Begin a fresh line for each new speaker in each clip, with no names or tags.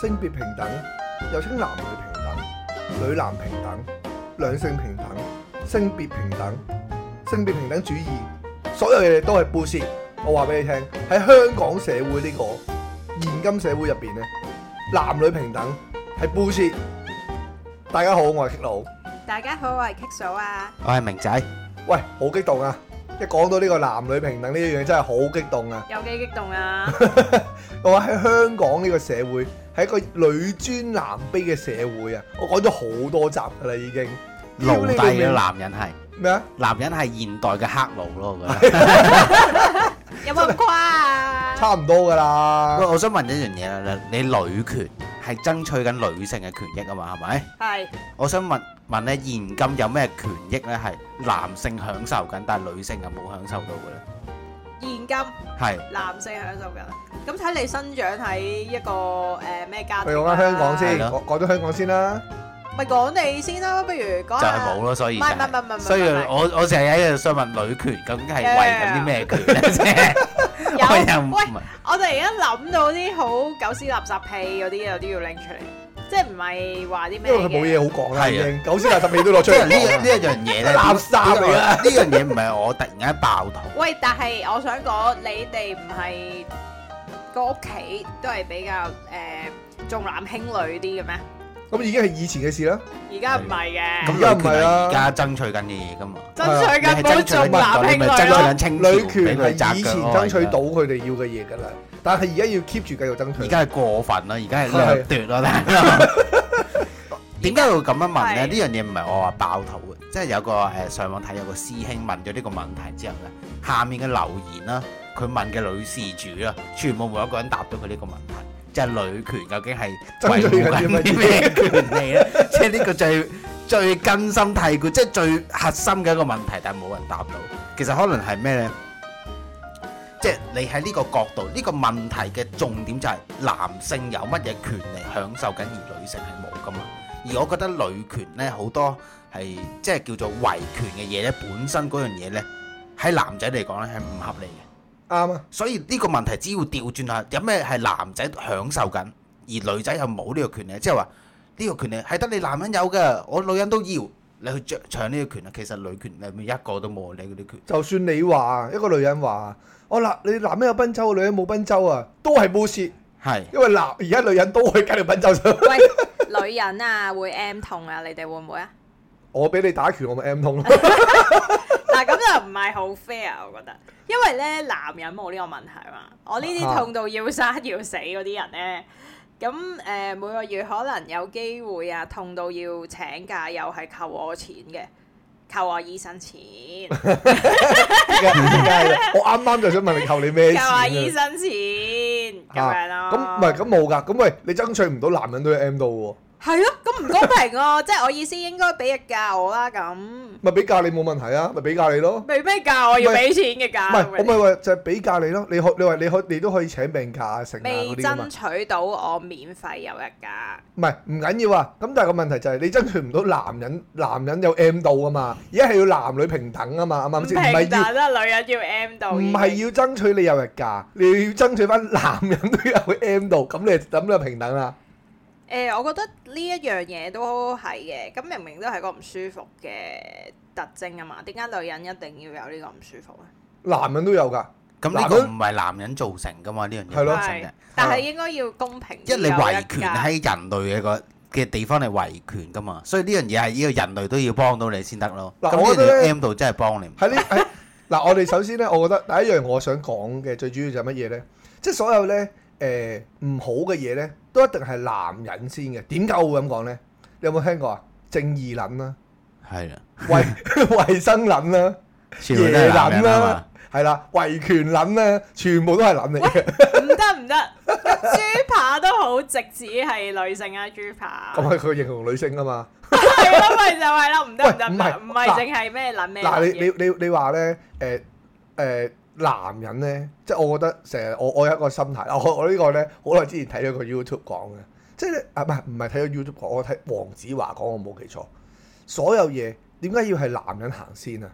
性別平等，又稱男女平等、女男平等、兩性平等、性別平等、性別平等主義，所有嘢都係 bullshit。我話俾你聽，喺香港社會呢個現今社會入邊咧，男女平等係 bullshit。大家好，我係 Kick 佬。
大家好，我係 Kick 嫂啊！
我係明仔，
喂，好激動啊！一講到呢個男女平等呢樣嘢，真係好激動啊！
有幾激動 啊！
我話喺香港呢個社會係一個女尊男卑嘅社會啊！我講咗好多集㗎啦，已經
奴
屌
隸啊
你個
嘅
名
男人係，
咩啊？
男人係現代嘅黑奴咯，我覺得。
有冇咁誇 啊？
差唔多㗎啦
喂，。我想問一樣嘢啦，你你女權係爭取緊女性嘅權益啊嘛，係咪？
係
我想問問咧，現今有咩權益咧係男性享受緊，但係女性又冇享受到嘅咧？
現今
係
男性享受緊，咁睇你生長喺一個誒咩
佢
家庭？
講緊香港先，
係咯
講講咗香港先啦。
咪講你先啦，不如
就
講
係
下
冇咯，所以
唔
就
係唔係唔
係
係唔係
所以
唔係
我我成日喺度想問女權究竟係為緊啲咩權咧？即係 我又
有
唔
喂，我突然間諗到啲好狗屎垃圾屁嗰啲嘢，我都要拎出嚟，即係唔係話啲咩
因為佢冇
嘅？
嘢好講啦，已
係啊
經九千八十尾都攞出
即係
嚟
呢一
講啦。
呢一樣嘢咧，
垃圾嚟㗎
呢樣嘢唔係我突然間爆肚。
喂，但係我想講，你哋唔係個屋企都係比較誒重男輕女啲嘅咩？
咁已經係以前嘅事啦。
而家唔係嘅。
咁
而家唔
女權
係啊
係而家爭取緊嘅嘢噶嘛？
爭取緊
你係
冇
爭取
重
緊
男
代
輕
你咪
女
爭取
咯，
緊清朝
女權
俾佢
係
揸
以
腳
前
咯
爭取到佢哋要嘅嘢㗎啦，但係而家要 keep 住繼續爭
而
取。
家係過分啦，而家係掠奪咯，大佬。 點解會咁樣問咧？呢樣嘢唔係我話爆肚嘅，即係有個誒上網睇有個師兄問咗呢個問題之後咧，下面嘅留言啦，佢問嘅女事主啦，全部冇一個人答到佢呢個問題，即係女權究竟係維護緊啲咩權利咧？即係呢個 最最根深蒂固，即係最核心嘅一個問題，但係冇人答到。其實可能係咩咧？即係你喺呢個角度，呢、個問題嘅重點就係男性有乜嘢權利享受緊，而女性係冇噶嘛。而我覺得女權呢，好多係即係叫做維權嘅嘢呢，本身嗰樣嘢呢，喺男仔嚟講呢，係唔合理嘅。
啱啊，
所以呢個問題只要調轉下，有咩係男仔享受緊，而女仔又冇呢個權利，即係話呢個權利係得你男人有嘅，我女人都要，你去着搶呢個權利，其實女權裏面一個都冇你嗰啲權。
就算你話一個女人話我嗱你男人有賓州，個女人冇賓州啊，都係 bullshit，
係。
因為男而家女人都可以加條賓州。
喂，女人啊會 M 痛啊，你哋會唔會啊？
我俾你打拳，我咪 M 通咯。
嗱，咁就唔係好 fair，我覺得，因為咧男人冇呢個問題嘛，我呢
啊
啲痛到要生要死嗰啲人咧，咁誒、呃每個月可能有機會啊，痛到要請假，又係扣我錢嘅，扣我醫生 錢，
啊
而家而家係我啱啱就想問你扣你咩錢
扣我醫
啊？
生錢咁樣
啊
咯。
咁唔係咁冇㗎，咁喂你爭取唔到男人都要 M 到喎，
係咯，咁唔公平啊！即係我意思應該俾日假我啦，咁
咪俾價你冇問題啊，咪俾價你咯。
俾咩假我要
唔係
俾錢嘅假
唔係，我
咁樣
咪話就係比價你咯。你可你話你可你都可以請病假啊、成啊
未
嗰啲噶嘛
爭。取到我免費有日假，
唔係唔緊要啊。咁但係個問題就係你爭取唔到男人，男人有 M 到啊嘛。而家係要男女平等啊嘛，啱唔
唔
啱
平
先？唔係
等
要
啊！女人要 M 到已
唔
經，
係要爭取你有日假，你要爭取翻男人都有 M 到，咁你咁就平等啦。
誒、我覺得呢一樣嘢都係嘅，咁明明都係個唔舒服嘅特徵啊嘛，點解女人一定要有呢個唔舒服咧？
男人都有㗎，
咁呢
男
個
人
唔係男人造成噶嘛？呢樣嘢
係咯
本身嘅，
但係應該要公平啲有
因為
一
你
家，
維權喺人類嘅個嘅地方係維權噶嘛，所以呢樣嘢係呢個人類都要幫到你先得咯。
嗱
咁
我覺
呢
得
樣
呢
M 度真係幫你唔，
喺呢喺嗱，我哋首先咧，我覺得第一樣我想講嘅最主要就係乜嘢咧？即係所有咧誒唔好嘅嘢咧，都一定係男人先嘅。點解我會咁講咧？你有冇聽過啊？正義撚啦、
係啦，
衛衛生撚啦、
全部都係男人啊嘛。
係啦、維權撚啦，全部都係撚嚟嘅。
唔得唔得，豬扒都好直指係女性啊，豬扒
咁係佢形容女性啊嘛。
係咯，咪就係啦，唔得
喂
唔
唔
得唔
係
得，唔係
嗱
淨係咩撚咩
嗱，
撚
你
嘢，
你你你話咧，誒、誒、男人咧，即係我覺得成日我我有一個心態，我我呢個咧好耐之前睇咗個 YouTube 講嘅，即係啊唔係唔係睇咗 YouTube 講，我睇黃子華講，我冇記錯，所有嘢點解要係男人行先啊？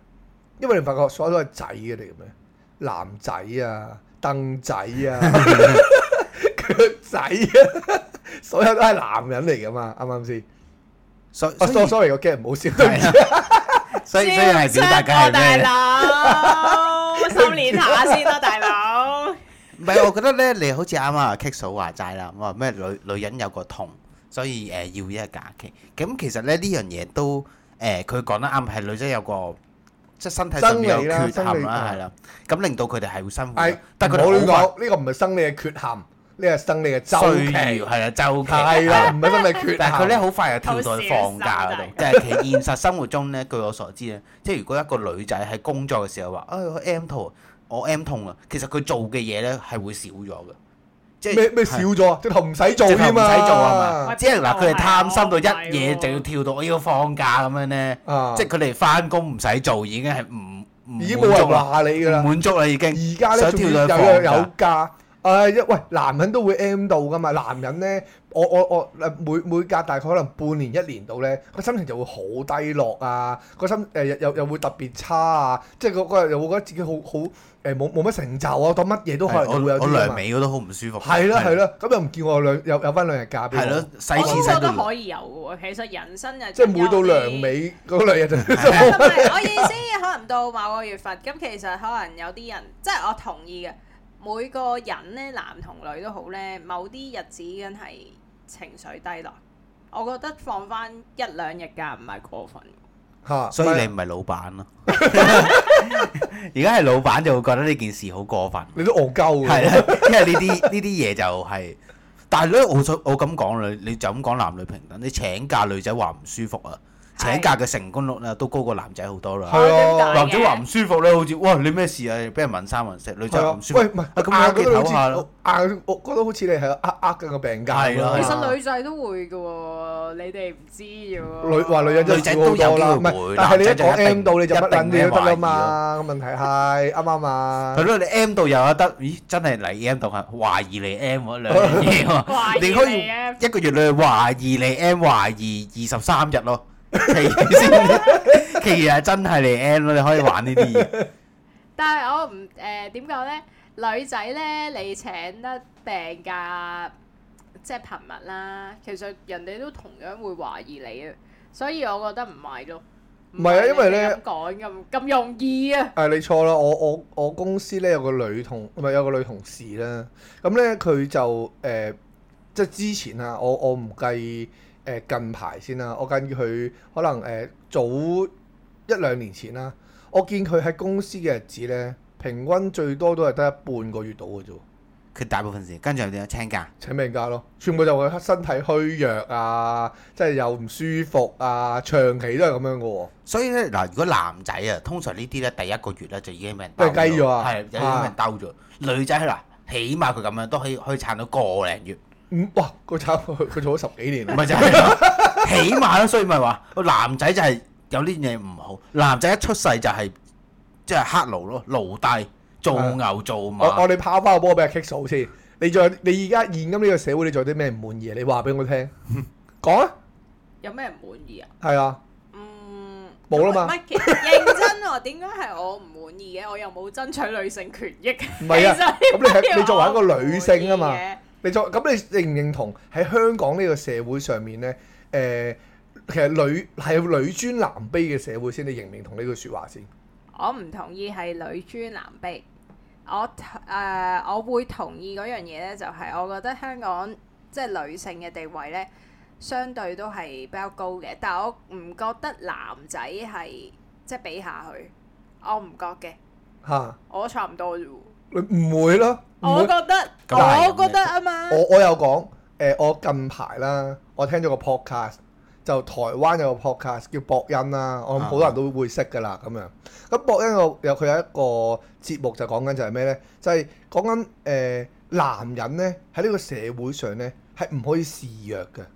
因為你發覺所有都係仔嘅嚟嘅咩？男 仔啊，凳仔啊，腳仔啊， 所有都係男人嚟噶嘛，啱唔啱先？
所
我
所以
sorry sorry，個 game 唔好笑，對唔住
係啊所以所以係表達嘅係咩咧？
大佬，收斂下先啦，大佬。
唔係，我覺得咧，你好似啱啱阿 K 嫂話齋啦，我話咩女女人有個痛，所以誒、呃要一個假期。咁其實咧呢樣嘢都誒，佢、講得啱，係女仔有個即係身體上面
生
有
理啦
缺陷
生理
啦，
啊
係啦，咁令到佢哋係會辛苦
係
嘅。但係佢
唔好亂
哋好
講，呢個唔係生理嘅缺陷，呢個係生理嘅周
快需
期
要，係啦周期
係 啦，唔係生理缺陷。
啊但係佢咧好快又跳到去放假嗰度，即係其現實生活中咧，據我所知咧，即係如果一個女仔喺工作嘅時候話，啊、我 M 痛，我 M 痛啊，其實佢做嘅嘢咧係會少咗嘅，即係
咩咩少咗，直頭唔使做
直頭
添啊
唔使做啊係嘛？
喂
即係嗱，佢哋貪心到
邊度係啊
一嘢就要跳到我要放假咁樣咧，
啊，
即係佢哋翻工唔使做已經係唔唔
已經冇人話你㗎啦
唔。滿足啦已經。
而家咧
想
仲
跳
要
到去
有
放
有
假，
價。誒一喂，男人都會 M 到噶嘛？男人咧，我我我誒每每隔大概可能半年一年到咧，個心情就會好低落啊，個心誒又又又會特別差啊，即係個個又會覺得自己好好誒冇冇乜成就啊，當乜嘢都可能
係
就會有
我
啲啊
我
㗎
兩
嘛。
尾我都好唔舒服。
係啦係，啦，咁又唔見我兩有有翻兩日假俾
係
我
咯，，細
我
錢
都
細
覺
到
得
亂
可以有喎，其實人生就
即係每到兩。尾嗰兩日就
唔係，我意思可能到某個月份，咁其實可能有啲人，即係我同意嘅。每個人咧，男同女都好咧，某啲日子真係情緒低落。我覺得放翻一兩日假唔係過分。
嚇，
所以你唔係老 闆咯。 而家係老闆就會覺得呢件事好過分，
你都戇鳩嘅，
係啦，因為呢啲 呢啲嘢就係、但係咧，我想我咁講你，你就咁講男女平等，你請假女仔話唔舒服啊，
係
請假嘅成功率咧都高過男仔好多啦。
係啊
男仔話唔舒服咧，好似哇你咩事啊，俾人問三問四，女仔
係
話
啊
唔舒，服，
喂
啊
唔係，
咁你喺屋企
硬
唞
覺
下
得
咯。
好似硬我覺得好似你係呃呃緊個病假咁樣
係啦
啊。
其實女仔都會嘅喎，你哋唔知嘅喎。
女話女人真係少好多啦，唔係，但係你一講 M 到你就乜撚嘢都得啦嘛，個問題係啱唔啱啊
係？咯，你 M 到又有得，咦真係嚟 M 到係懷疑你 M 喎兩樣嘢喎。
懷疑
你可以
你啊！
一個月你懷疑你 M 懷疑二十三日咯，其餘先，其餘係真係你 M 咯，你可以玩呢啲嘢。
但係我唔誒點講咧？女仔咧，你請得病假即係頻密啦，其實人哋都同樣會懷疑你啊，所以我覺得唔係咯。
唔係啊因為咧
你哋咁講咁咁容易啊，
誒你錯啦，我我我公司咧有個女同唔係有個女同事啦，咁咧佢就誒即係之前啊，我我唔計誒近排先啦，我計佢可能誒早一兩年前啦，我見佢喺公司嘅日子咧，平均最多都係得半個月到嘅啫喎。
佢大部分時間跟住又點啊？請假，
請病假咯，全部就係身體虛弱啊，即係又唔舒服啊，長期都係咁樣嘅喎。
所以咧嗱，如果男仔啊，通常呢啲咧第一個月咧就已經俾人
俾
兜
人雞咗啊
係已經俾人兜咗。女仔嗱，起碼佢咁樣都可以可以撐到個 零月，
嗯，哇！個慘佢佢做咗十幾年啦，
唔係就係咯起碼啦。所以咪話哦男仔就係有呢樣嘢唔好，男仔一出世就係即係黑奴咯，奴隸做牛做
啊我
馬。
我哋拋翻個波俾阿 Kick 數先。你仲有你而家現今呢個社會，你仲有啲咩唔滿意啊？你話俾我聽，講啊，
有咩唔滿意啊？
係啊，
嗯，
冇啦嘛
唔係，其實認真喎，點解係我唔滿意嘅？我又冇爭取女性權益。
唔係啊，
啊
咁你係你作為一個女性啊嘛，你作咁你認唔認同喺香港呢個社會上面咧？誒、其實女係女尊男卑嘅社會先，你認唔認同呢句説話先？
我唔同意係女尊男卑。我誒、呃我會同意嗰樣嘢咧，就係、我覺得香港即係女性嘅地位咧，相對都係比較高嘅。但我唔覺得男仔係即係比下去，我唔覺嘅，
嚇、
我差唔多啫喎。
你唔會咯，唔
我
會
覺得，
咁係
我覺得啊嘛，
我我有講誒、我近排啦，我聽咗個 podcast，就台灣有個 podcast 叫博恩啦，我諗好多人都會識㗎啦咁樣。咁博恩有有佢有一個節目就講緊就係咩呢？就係講緊誒男人呢喺呢個社會上呢係唔可以示弱嘅。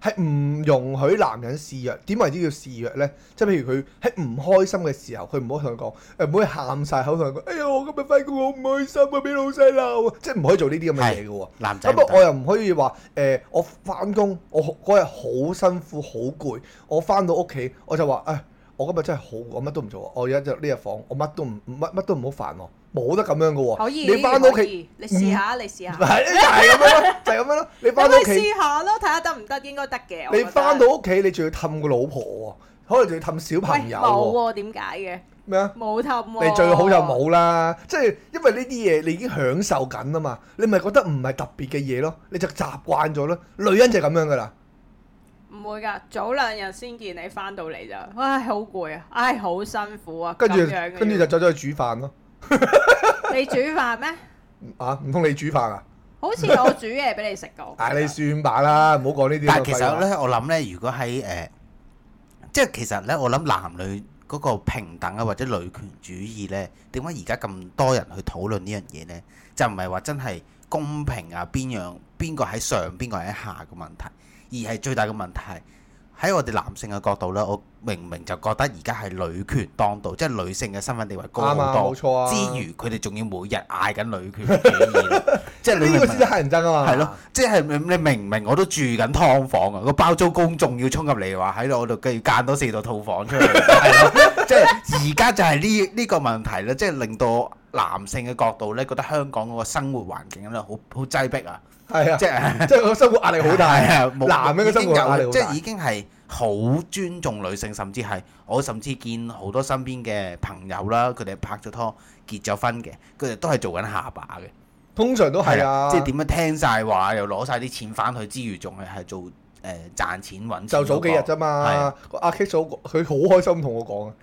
係唔容許男人示弱，點為之叫示弱呢？即係譬如佢喺唔開心嘅時候，佢唔好同佢講，誒唔可以喊晒口同佢講，哎呀我今日翻工好唔開心啊，俾老細鬧啊，即係唔可以做呢啲咁嘅嘢嘅喎。
男仔
咁
唔得
不過我又唔可以話誒、我翻工我嗰日好辛苦好攰，我翻到屋企我就話誒、唉我今日真係好，我乜都唔做，啊我而家就呢日房，我乜都唔乜乜都唔好煩我，冇得咁樣嘅喎。
可以，
哦你翻到屋
可
企，
以，你試下，你試下，
係就係咁樣咯，就係咁樣咯。 你
咁
翻到屋
你
企，
試下咯，睇下得唔得，應該得嘅。啊我
你
覺得
翻到屋企，你仲要氹個老婆喎，可能仲要氹小朋
喂
友喎，
冇喎，啊點解嘅？
咩啊？
冇氹喎。
你最好就。冇啦，即係因為呢啲嘢你已經享受緊啊嘛，你咪覺得唔係特別嘅嘢咯，你就習慣咗咯。女人就係咁樣噶啦，
唔會㗎，早兩日先見你翻到嚟咋，唉，好攰啊，唉，好辛苦啊，
跟住
咁樣嘅
跟住就
要
走咗去煮飯咯。
你煮飯咩？
啊，唔通你煮飯啊？
好似我煮嘢俾你食過。
唉，你算吧啦，唔好講呢啲咁嘅廢話。
啊但係其實咧，我諗咧，如果喺誒、呃即係其實咧，我諗男女嗰個平等啊，或者女權主義咧，點解而家咁多人去討論呢樣嘢咧？就唔係話真係公平啊，邊樣邊個喺上，邊個喺下嘅問題，而係最大嘅問題係喺我哋男性嘅角度咧，我明明就覺得而家係女權當道，即係女性嘅身份地位高好
啱啊，
多
冇。錯啊。
之餘，佢哋仲要每日嗌緊女權主 義啦，即係你
呢
明唔
個
明
先得乞人憎啊嘛。
係咯，即係你你明唔明？我都住緊劏房啊，個包租公仲要衝入嚟話喺我度，跟住間多四度套房出 嚟，係咯，即係而家就係呢呢個問題咧，即係令到男性嘅角度咧，覺得香港嗰個生活環境咧好好擠迫啊，
係啊，
即 係
即係個生活壓力好大。
係啊，冇
男人嘅生活壓力好大
已經有即係已經係好尊重女性，甚至係我甚至見好多身邊嘅朋友啦，佢哋拍咗拖、結咗婚嘅，佢哋都係做緊下巴嘅。
通常都係
係
啊，
即係點樣聽晒話，又攞晒啲錢翻去之餘，仲係係做誒、呃、賺錢揾錢嗰
就
個、
早幾日啫
係
嘛
啊。
個阿 K 嫂佢好開心同我講啊，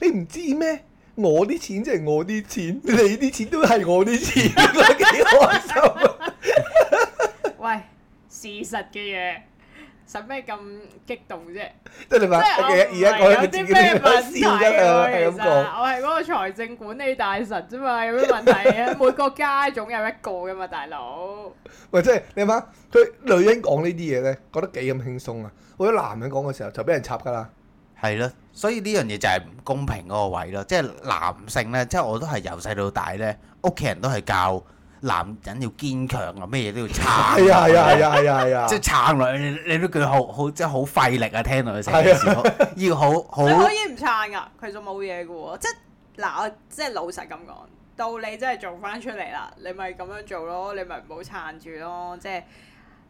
你唔知咩？我啲錢即係我啲錢， 你啲錢都係我啲錢， 幾開心啊！
喂，事實嘅嘢，使咩咁激動啫？
即係你
即係我唔
話，
係
而家
有
講緊佢自
啲
己
咩
喺
問
度
題
笑啫，
啊
係
喎
咁
其
講
實。我係嗰個財政管理大臣啫嘛，有咩問題啊？每個家總有一個噶嘛，大佬。
喂，即係你諗下，佢女人講呢啲嘢咧，覺得幾咁輕鬆啊！我覺得男人講嘅時候就俾人插㗎啦。
係咯，所以呢樣嘢就係唔公平嗰個位咯。即係男性呢，即係我都係由細到大呢，屋企人都係教男人要堅強啊，咩嘢都要撐。
係啊係
哎
啊係啊係啊係啊
即係！撐落去，你你都覺得好好即係好費力啊！聽落去成件事，好
啊
要好好
你可以唔撐噶，佢就冇嘢噶喎。即係嗱，我即係老實咁講，到你真係做翻出嚟啦，你咪咁樣做咯，你咪唔好撐住咯。即係，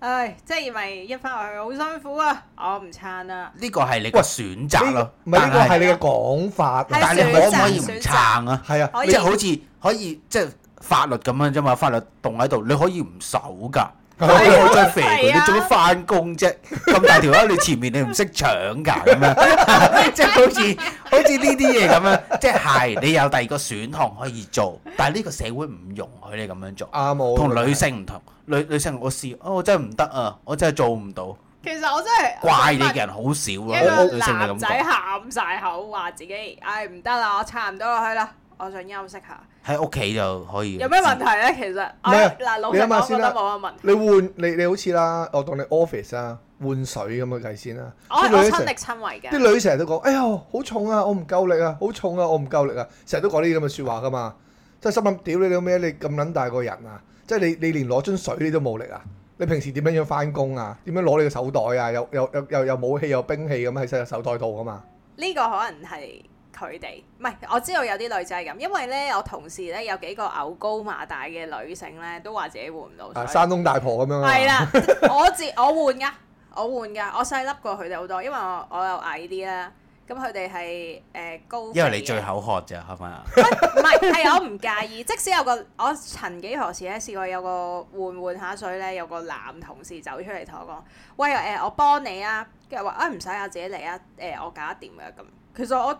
唉，即係咪一翻去好辛苦啊？我唔撐啦。
呢個係你個選擇咯。
唔係呢個
但
係你嘅講法，啊
係
但係你可唔可以唔
選擇
撐啊？
係啊，
可以
即係好似可以即係法律咁樣啫嘛，法律棟喺度，你可以唔守㗎。你可以再肥佢，
係啊
你做乜翻工啫？咁大條啦，你前面你唔識搶㗎咁樣， 即係好似好似呢啲嘢咁樣，即係係你有第二個選項可以做，但係呢個社會唔容許你咁樣
哦
做，
啱冇。
同女性唔同。女女性我試，哦我真係唔得啊，我真係做唔到。
其實我真係
怪你嘅人好少
一
咯，
個
女性係
男
咁
仔
講。
喊晒口，話自己唉唔得啦，我撐唔到落去啦，我想休息下。
喺屋企就可以。
有咩問題咧？其實
唔係
啊
唉嗱，老
你
實
諗下
講，覺
先
得
啦
冇乜問題。
你換你你好似啦，我當你 office 啊，換水咁樣計先啦。
我係
啲
我
女
親
成
力親為嘅。
啲女成日都講，哎呀，好重啊，我唔夠力啊，好重啊，我唔夠力啊，成日都講呢啲咁嘅説話噶嘛。即係心諗，屌你老咩？你咁撚大個人啊！即係你你連攞樽水你都冇力啊！你平時點樣樣翻工啊？點樣攞你個手袋啊？又又又又又武器又兵器咁喺隻手袋度噶嘛？
呢個可能係佢哋，唔係我知道有啲女仔係咁，因為咧我同事咧有幾個牛高馬大嘅女性咧都話自己換唔
啊，
到水。
山東大婆咁樣啊嘛！
係啦，我自我換噶，我換噶，我細粒過佢哋好多，因為我我又矮啲啦。咁佢哋係誒高肥嘅，
因為你最口渴咋，係咪啊？
唔係，係我唔介意。即使有個我曾幾何時咧試過有個換換下水咧，有個男同事走出嚟同我講：喂誒、我幫你啊！跟住話啊，唔使啊，自己嚟啊！誒、我搞得掂嘅咁。其實我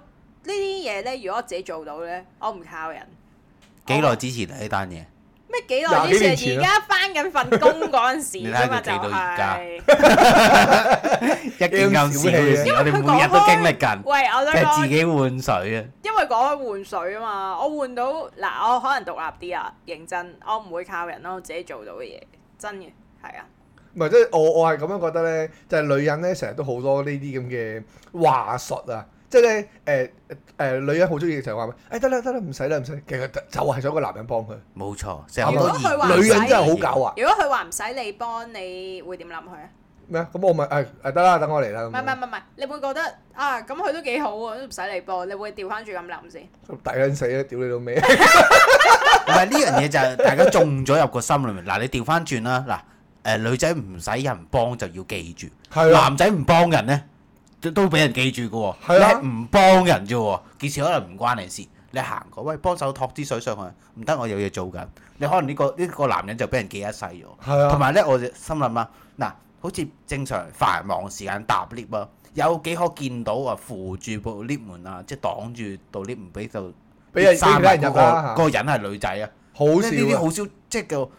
呢啲嘢咧，如果我自己做到咧，我唔靠人。
幾耐之前啊呢單嘢？
咩幾耐之
廿幾年
前？
前啊
而家翻緊份工嗰陣時
你睇下
啫嘛，就
佢企到而家
係、
一件咁小嘅事，
因
為
我哋
佢
每日都經歷緊，
喂，我想
即係
講
自。己換水啊！
因為講開換水啊嘛，我換到嗱，我可能獨立啲啊，認真，我唔會靠人咯，我自己做到嘅嘢，真嘅，係啊，
唔係即係我我係咁樣覺得咧，就係、女人咧成日都好多呢啲咁嘅話術啊，即係咧誒誒女人好中意成日話咩？誒得啦得啦，唔使啦唔使，其實就就係想個男人幫佢。
冇
啊
錯，成日好多
如果佢話
疑
女人真係好狡猾，啊
如果佢話唔使你幫，你會點諗佢啊？
唔咩？咁我咪誒誒得啦，等我嚟啦
唔係唔
咁
係唔係，你會覺得啊，咁佢都幾好喎，都唔使你波，你會調翻轉咁諗先。
樣，大撚死啊啦！屌你老 味！
唔係呢樣嘢就係大家中咗入個心裏面。嗱，你調翻轉啦，嗱，誒、女仔唔使人幫就要記住，
係啊
男仔唔幫人咧都都俾人記住嘅喎。
係
你
啊
係唔幫人啫喎，件事可能唔關你事。你行過，喂，幫手托支水上去，唔得，我有嘢做緊。你可能呢、個呢、個男人就俾人記一世咗。
係啊
同埋咧，我就心諗啦，嗱，好似正常繁忙時間搭 lift 啊，有幾可見到啊扶住部 lift 門啊，即係擋住部 lift 唔俾就
俾人
閂
俾
埋
人入
啊嗰個
啦
嗰個人係女仔啊？
好
呢
少
呢啲
啊
好少，即係叫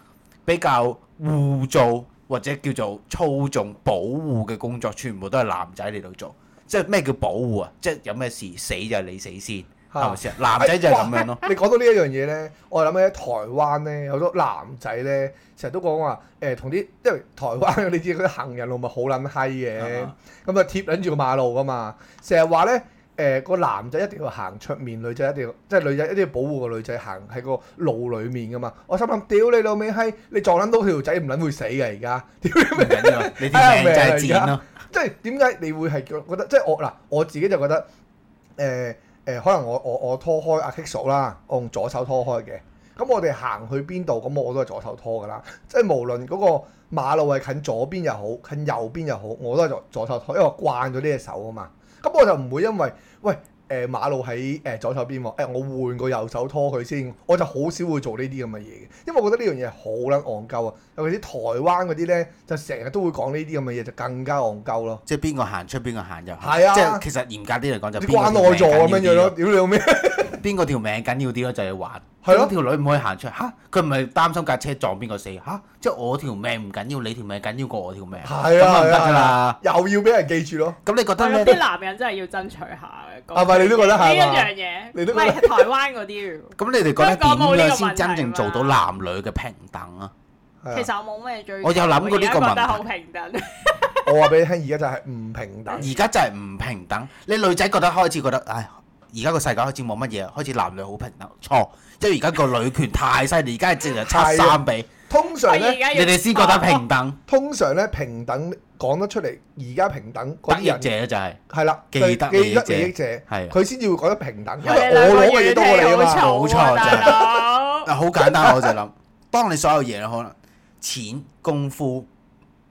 比較互做或者叫做操縱保護嘅工作，全部都係男仔嚟到做。即係咩叫保護啊？即係有咩事死就係你死先，係咪先？啊男仔就係咁樣咯。
你講到呢一樣嘢咧，我諗起台灣咧有好多男仔咧，成日都講話誒同啲，因為台灣你知嗰啲行人路咪好撚閪嘅，咁
啊
啊貼撚住個馬路噶嘛，成日話咧誒個男仔一定要行出面，女仔一定要即係女仔一定要保護個女仔行喺個路裡面噶嘛。我心諗屌你老味閪，你撞撚到條仔唔撚會死嘅而家，屌
唔緊要啊，你條命就係賤啊咯。
即係點解你會係覺得即係我嗱我自己就覺得誒誒、呃可能我我我拖開阿 Kick 嫂啦，我用左手拖開嘅。咁我哋行去邊度，咁我都係左手拖噶啦。 即係無論嗰個馬路係近左邊又好，近右邊又好，我都係左左手拖，因為我慣咗呢隻手啊嘛。咁我就唔會因為喂誒、呃、馬路喺誒、呃左手邊喎、呃我換個右手拖佢先，我就好少會做呢啲咁嘅嘢嘅，因為我覺得呢樣嘢好撚戇鳩啊。尤其是台灣嗰啲咧，就成日都會講呢啲咁嘅嘢，就更加戇鳩咯。
即係邊個行出邊個行入，
係啊
即係其實嚴格啲嚟講就
啲
邊
關
個條
內座
命緊
咁
要
樣
啲
樣咯，屌你老 味！
邊個條命緊要啲咯，就要還。
係咯
咁條女唔可以行出嚟吓，佢唔係擔心架車撞邊個死吓，即係我條命唔緊要，你條命緊要過我條命，
係
咁
啊，
咪唔得
係
㗎啦
啊。 又要俾人記住咯。
咁你覺
我
得
諗
咧
啲？男人真係要啊爭取 下嘅。講
係咪你都覺得係嘛
呢一樣嘢？
你都
唔
覺得
係台灣嗰啲喎。
咁你哋覺得
香港冇呢
點
個問
樣
題
先真正做到男女嘅平等啊？
係啊
其實我冇咩追求，
我有諗過呢
而
個問題
家覺得好平等。
我話俾你聽，而家就係唔平 等。
而家就係唔平等，你女仔覺得開始覺得，唉，而家個世界開始冇乜嘢，開始男女好平等。錯，因為而家個女權太犀利，而家係淨係七三比，
通常
我而
咧，
家
你
要
哋先覺得平等。
通常咧平等講得出嚟，而家平等嗰
得
啲
益
人
者就係
係啦，
既
對
得利
既
益
得
者
利益者，
係啊
佢先至會覺得平等，因
我哋
為
啊兩個
我攞嘅嘢多過你啊嘛。
好嘈
冇錯
啊，
就係
大佬。
嗱，好簡單，我就諗，當你所有嘢可能錢、功夫、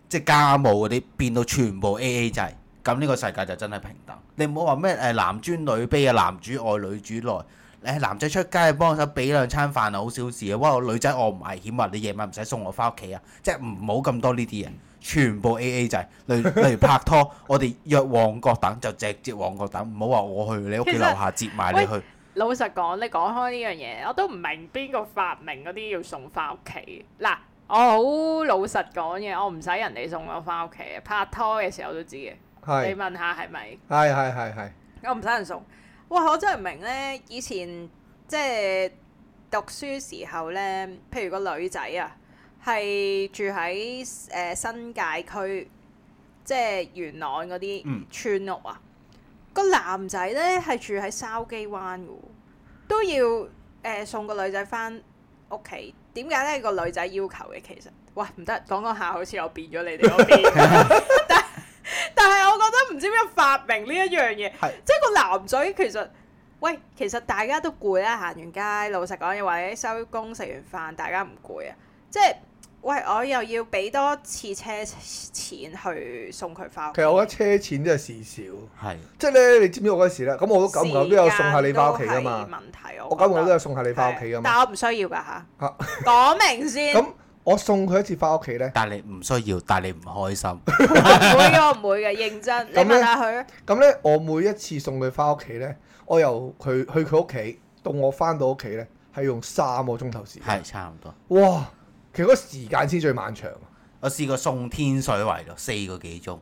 即係家務嗰啲變到全部 A A 制，咁呢個世界就真係平等。你唔好話咩誒男尊女卑啊，男主外女主內。誒男仔出街幫手俾兩餐飯啊，好小事啊！哇，女仔我唔危險啊，你夜晚唔使送我翻屋企啊！即係唔好咁多呢啲嘢，全部 A A 制。例如例如拍拖，我哋約旺角等就直接旺角等，唔好話我去你屋企
其實
樓下接埋你
喂
去。
老實講，你講開呢樣嘢，我都唔明邊個發明嗰啲要送翻屋企。嗱，我好老實講嘢，我唔使人哋送我翻屋企嘅。拍拖嘅時候都知嘅，
係
你問下係咪？
係係係係
我唔使人送。哇！我真係唔明咧，以前即係讀書時候咧，譬如個女仔啊，係住喺誒、呃新界區，即係元朗嗰
嗯
啲村屋啊。個男仔咧係住喺筲箕灣嘅喎，都要誒、呃送個女仔翻屋企。點解咧？個女仔要求嘅其實，喂唔得，講講下好似我變咗你哋嗰邊。但但係我覺得唔知邊個發明呢一樣嘢。
係
即係個男仔其實，喂，其實大家都攰啦，行完街，老實講，又或者收工食完飯，大家唔攰啊。即係，喂，我又要俾多次車錢去送佢翻屋
其
企。
實我覺得車錢真係事少，
係。
即係咧，你知唔知我嗰時咧？咁我都久唔久都有送下你翻屋企
時間
噶嘛
都係。問題我
我久唔久都有
有
送下你翻屋企噶嘛。
但我唔需要㗎吓
嚇，
講明先。
咁我送佢一次翻屋企咧，
但你唔需要，但你唔開心。
我唔會嘅，我唔會嘅，認真。你
咁咧
問下佢啊，
咁咧我每一次送佢翻屋企咧，我由佢去佢屋企到我翻到屋企咧，係用三個鐘頭時間。
係差唔多。
哇！其實嗰時間先最漫長。啊
我試過送天水圍咯，四個幾鐘，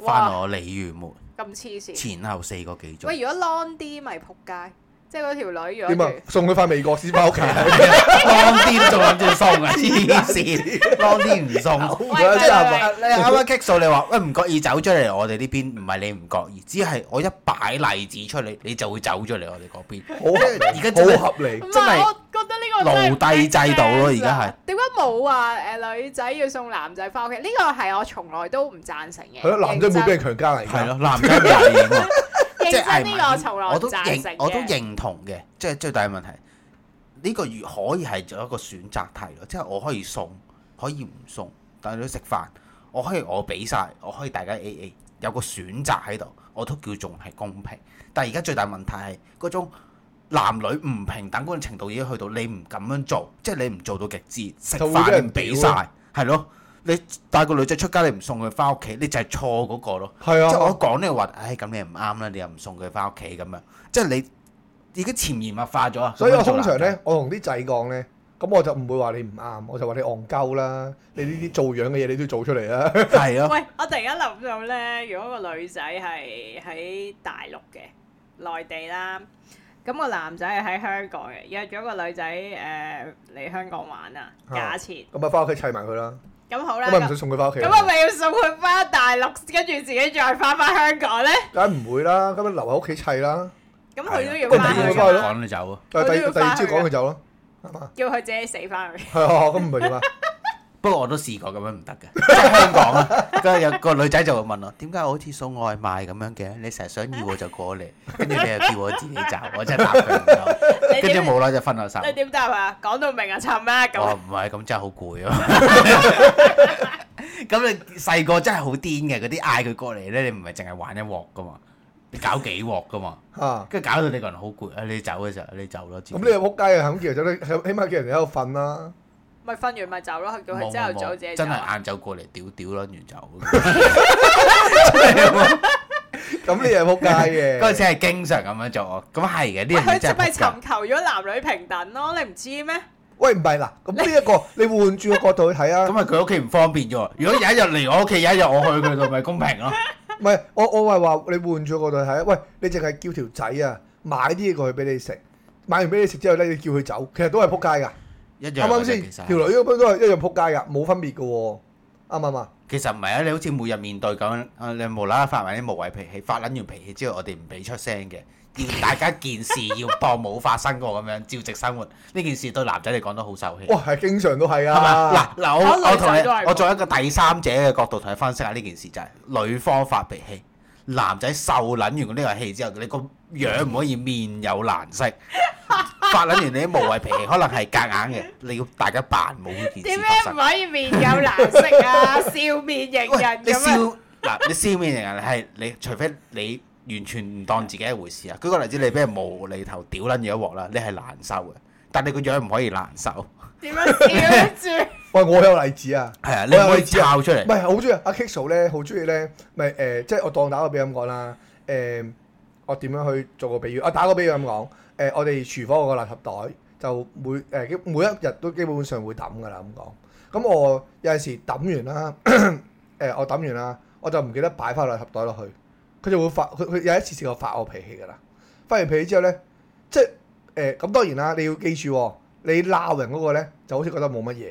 翻
哇
我鯉魚門
咁黐線。
前後四個幾鐘。
喂，如果 long 啲咪仆街，即係嗰條女如
點
果
啊
住？
送佢翻美國先翻屋 企。
當天仲諗住送啊，黐線！當天唔送。
喂喂
真係
喂
你啱啱激數你話，喂唔覺意走出嚟我哋呢邊，唔係你唔覺意，只係我一擺例子出嚟，你就會走咗嚟我哋嗰邊。
好合
而家真
理，
係
好合理。
唔
真係
係，我覺得呢個真係
奴隸制度咯而家係
點解冇話誒女仔要送男仔翻屋企，呢個係我從來都唔贊成嘅。
係咯，男仔
認
會俾人強
真
姦嚟
係
㗎
咯，。男仔唔啊危險喎。
認
即係
真呢個我
藝
從
文
來
我
唔
都
贊成
認
嘅。
我都認同嘅，即係最大嘅問題。呢、個月可以係做一個選擇題咯，即係我可以送，可以唔送，但係你食飯，我可以我俾晒，我可以大家 A A，有個選擇喺度，我都叫仲係公平。但係而家最大問題係嗰種男女唔平等嗰種程度已經去到你唔咁樣做，即係你唔做到極致，食
就會俾
飯你
人
唔俾
屌
晒，係咯。你帶個女仔出街，你唔送佢翻屋企，你就係錯嗰個咯。
係
即係
啊
我，講呢個話，唉，咁你唔啱啦，你又唔送佢翻屋企咁樣，即係你已經潛移默化咗啊。
所以我
咁樣做
通常
男
咧，我同啲仔講咧，咁我就唔會話你唔啱，我就話你戇鳩啦，你呢啲做樣嘅嘢你都要做出嚟啦。
人係咯，
喂，我突然間諗到咧，如果個女仔係喺大陸嘅內地啦，咁、個男仔係喺香港嘅，約咗個女仔誒嚟香港玩啊，
啊
假設
咁啊，翻屋企砌埋佢啦，
咁好啦，
咁啊咪唔
咁
想送佢翻屋企啦。
咁啊我咪要送佢翻大陸，跟住自己再翻翻香港咧，
梗係唔會啦，咁樣啊留喺屋企砌啦。
咁佢
啊
都要
咁
翻
咪要
去
返
㗎
去
嘛，
趕你走啊。
但係
我都要
第第二
返
朝
去
趕佢走咯，係嘛？
叫佢自己死翻去。
係啊，咁唔係 點啊？
不過我都試過咁樣唔得嘅， 即係香港啊，跟住有個女仔就會問我：點解我好似送外賣咁樣嘅？你成日想要我就過嚟，跟住你又叫我自己走，我真係答佢唔到。
你
跟住
點
冇耐就分咗手。
你點答啊？講到明啊，沉啦
我話
咁。
唔係，咁真係好攰 啊！咁你細個真係好癲嘅，嗰啲嗌佢過嚟咧，你唔係淨係玩一鑊噶嘛，你搞幾鑊噶嘛。
嚇！
跟住搞到你個人好攰，啊！你走嘅時候，你走咯。自己
咁你又撲街啊，肯叫人走，你起碼叫人哋喺度瞓啦。
咪瞓完咪走咯，叫佢
冇
朝
冇
頭早
冇
自己走
真。係晏晝過嚟屌屌啦，完走。 真係喎
咁你又撲街嘅。
嗰陣時係經常咁樣做，咁係嘅呢
喂
樣嘢
佢
真
咪
係仆
尋
街
求咗男女平等咯，你唔知咩？
喂，唔係嗱，咁呢一 個你換轉個角度去睇
咁
啊，
咪佢屋企唔方便啫喎。如果有一日嚟我屋企，有一日我去佢度，咪公平咯。
唔係我我係話你換轉個角度去睇啊，喂，你淨係叫條仔啊買啲嘢過去俾你食，買完俾你食之後咧，你叫佢走，其實都係撲街㗎，
一樣
啱唔
嘅
啱
啫
先？
其實
條女咁樣都係一樣撲街㗎，冇分別㗎喎，啱唔啱啊？
其實唔係啊，你好似每日面對咁樣，啊你無啦啦發埋啲無謂脾氣，發撚完脾氣之後，我哋唔俾出聲嘅，要大家件事要當冇發生過咁樣，照直生活。呢件事對男仔嚟講都好受氣，
哇，係經常都係
係嘛？
啊，
嗱嗱，
哦搞女
我我同
仔都係
你，
喎
我作為一個第三者嘅角度同你分析下呢件事，就係女方發脾氣，男仔受撚完呢個氣之後，你個樣唔可以面有難 色。發撚完你啲無謂脾氣，可能係夾硬嘅，你要大家扮冇呢件
點
事發
解
生
唔。可以面有難 色啊？笑面迎
喂
人，
你
咁啊！
笑嗱，你笑面人係你，除非你完全唔當自己一回事啊！舉個例子，你俾人無厘頭屌撚咗一鑊啦，你係難受嘅，但你個樣唔可以難受，
點樣笑得住？
喂，我有例子啊。
係啊，你唔可以抄出
唔
嚟，
係好中意啊阿 Kiko 咧，好中意咧，咪誒，即係我當打個比咁講啦，誒、我點樣去做個比喻？我打個比喻咁講，誒、我哋廚房有個垃圾袋就每誒、基每一日都基本上會抌噶啦咁講。咁我有陣時抌完啦， 誒、我抌完啦，我就唔記得擺翻垃圾袋落去，佢就會發佢佢有一次試過發我脾氣噶啦，發完脾氣之後咧，即係誒咁當然啦，你要記住喎，你鬧人嗰個咧就好似覺得冇乜嘢，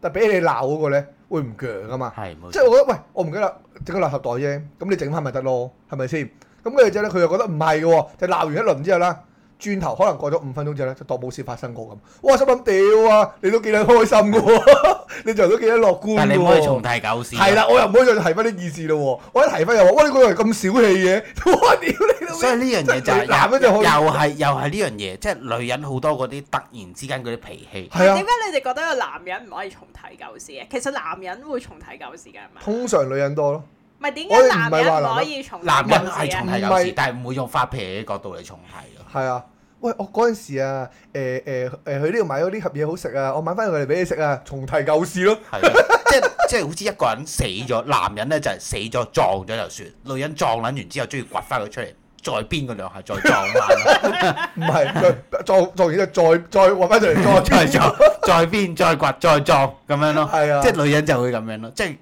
但俾你鬧嗰個咧會唔強噶嘛。
係冇
即係我覺得喂，我唔記得啦整個垃圾袋啫，咁你整翻咪得咯，係咪先？咁跟住之後咧，佢又覺得唔係嘅喎，就鬧完一輪之後啦，轉頭可能過咗五分鐘之後咧，就當冇事發生過咁。哇！心諗屌啊，你都幾撚開心嘅喎， 你做人都幾撚樂觀
但你
嘅
唔可以
喎。
重提舊事。啊
係啦，我又唔可以再提翻呢件事咯喎。我一提翻又話，哇！你個人咁小氣嘅， 哇！屌你老
所以
味！
呢樣嘢就係
即係男
又
人就可以
又係又係呢樣嘢，即係女人好多嗰啲突然之間嗰啲脾 氣，
係啊
點，解你哋覺得個男人唔可以重提舊事嘅？其實男人會重提舊事㗎，係嘛？
通常女人多咯。
唔係點
我哋
解
唔
男
係話
人
男
唔可
人
以重提
男人
舊
係
事啊
重提？
唔
舊
係
事，但係唔會用發脾氣嘅角度嚟重提咯。
係啊，喂，我嗰陣時啊，誒誒誒，去呢度買咗呢盒嘢好食啊，我買翻佢嚟俾你食啊，重提舊事咯。
係啊咯， 即係即係好似一個人死咗，男人咧就係死咗撞咗就算，女人撞撚完之後，中意掘翻佢出嚟，再鞭佢兩下，再撞爛，
唔係，再撞撞完之後再再揾翻出嚟 再
再撞，再鞭，再掘，再撞咁樣咯。
係啊
即係女人就會咁樣咯，即係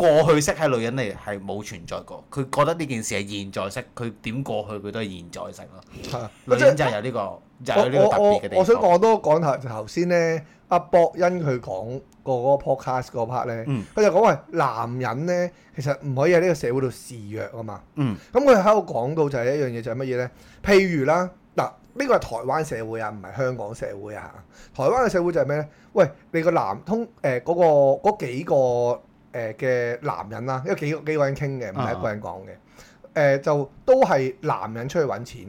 過去式喺女人嚟係冇存在過，佢覺得呢件事係現在式，佢點過去佢都係現在式咯。女
我
人就係有呢個，就有呢個特
我我
別嘅
啊我
地
想
方。
講多講頭頭先咧，阿博恩佢講個嗰個 podcast 嗰 part 咧，
嗯
佢就講話男人咧其實唔可以喺呢個社會度示弱啊嘛。
嗯，
咁佢喺度講到就係一樣嘢就係乜嘢咧？譬如啦，嗱，呢個係台灣社會啊，唔係香港社會啊。台灣嘅社會就係咩咧？喂，你個男通誒嗰、個嗰幾個誒嘅、男人啦，因為幾個幾個人傾嘅，唔係一個人講嘅。誒、就都係男人出去揾錢，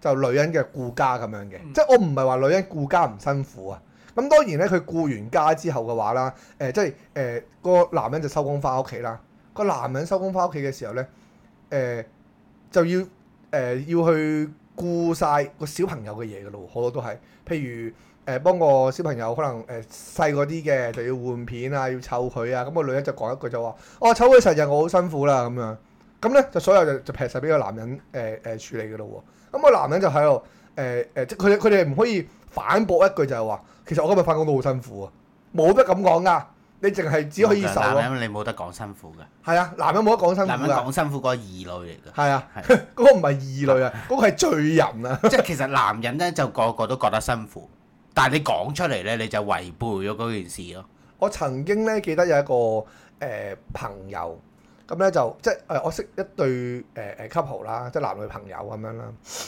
就女人嘅顧家咁樣嘅。即係我唔係話女人顧家唔辛苦啊。咁當然咧，佢顧完家之後嘅話啦，誒、即係誒個男人就收工翻屋企啦。個男人收工翻屋企嘅時候咧，誒、呃就要誒、呃要去顧晒個小朋友嘅嘢嘅咯喎，好多都係，譬如誒、呃幫個小朋友可能誒細嗰啲嘅就要換片啊，要湊佢啊，咁、個女人就講一句就話：哦，湊佢成日我好辛苦啦咁樣。咁咧就所有就就劈晒俾個男人誒誒、呃處理嘅咯喎。咁、個男人就喺度誒誒，即係佢哋佢哋唔可以反駁一句就係話，其實我今日翻工都好辛苦啊，冇得咁講噶，你淨係只可以受
男
啊。
人你冇得講辛苦嘅，
係啊，男人冇得講辛
男
苦
人
噶，
講辛苦嗰個異類嚟嘅。
係啊，
係
嗰、個唔係異類啊，嗰、個係罪人 啊。
即係其實男人咧就個個都覺得辛苦，但係你講出嚟咧你就違背咗嗰件事咯。
我曾經咧記得有一個誒、呃朋友，咁咧就即係誒、呃我識一對誒誒 couple 啦，即係男女朋友咁樣啦。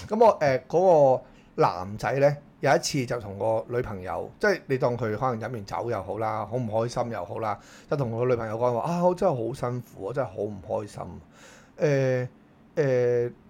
咁我誒嗰、個男仔咧有一次就同個女朋友，即係你當佢可能飲完酒又好啦，好唔開心又好啦，就同個女朋友講話啊，我真係好辛苦，我真係好唔開心。誒、誒、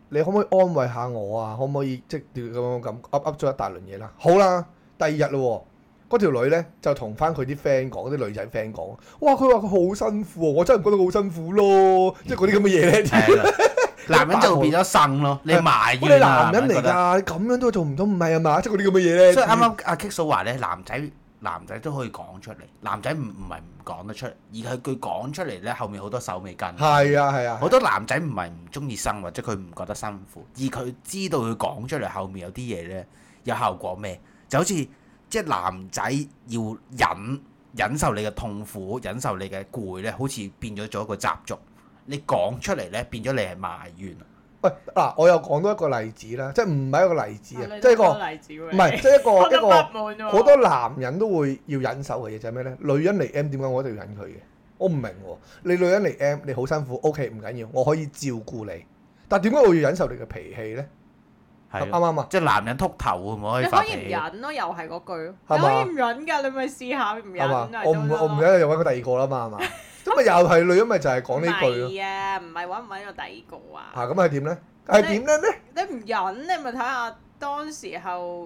你可唔可以安慰下我啊？可唔可以即係咁樣咁噏噏咗一大輪嘢啦？好啦，第二日咯喎。嗰條女咧就同翻佢啲 friend 講，啲女仔 friend 講，哇！佢話佢好辛苦喎，我真係覺得佢好辛苦咯，即係嗰啲咁嘅嘢咧。
係啦， 男人就會變咗 生咯，你埋
我哋
怨啦
男人嚟
覺得
㗎，你咁樣都做唔到，唔係啊嘛？即係嗰啲咁嘅嘢咧。
所以啱啱阿 K 嫂話咧，男仔男仔都可以講出嚟，男仔唔唔係唔講得出嚟，而係佢講出嚟咧後面好多手尾跟。
係啊係啊，
好多男仔唔係唔中意生或者佢唔覺得辛苦，而佢知道佢講出嚟後面有啲嘢呢，有效果咩？就好似即係男仔要忍忍受你嘅痛苦，忍受你嘅攰呢，好似變咗做一個習俗。你講出嚟呢，變咗你係埋怨。
喂嗱，我又講多一個例子啦，即係唔係一個例子啊，即係一個唔
個
係即係一
我
個一
都不
個
滿喎
好多男人都會要忍手嘅嘢就係咩咧？女人嚟 M 點解我一定要忍佢嘅？我唔明喎，你女人嚟 M 你好辛苦，OK 唔緊要，我可以照顧你，但點解我要忍受你嘅脾氣咧？啱
係
唔
啊
啱啊？
即係男人禿頭會唔會可
你
以發
可
脾
以唔
氣？
忍啊咯，又係嗰句，
係嘛
你可以唔忍㗎，你咪試下唔忍
係
啊
嘛？我唔我唔記
忍
得又揾個第二個啦嘛，係嘛？咁咪又係女人咪就係講呢句咯
唔係啊，唔係揾唔揾到第二個啊？
嚇，咁係點咧？係點咧咧？
你唔忍，你咪睇下當時候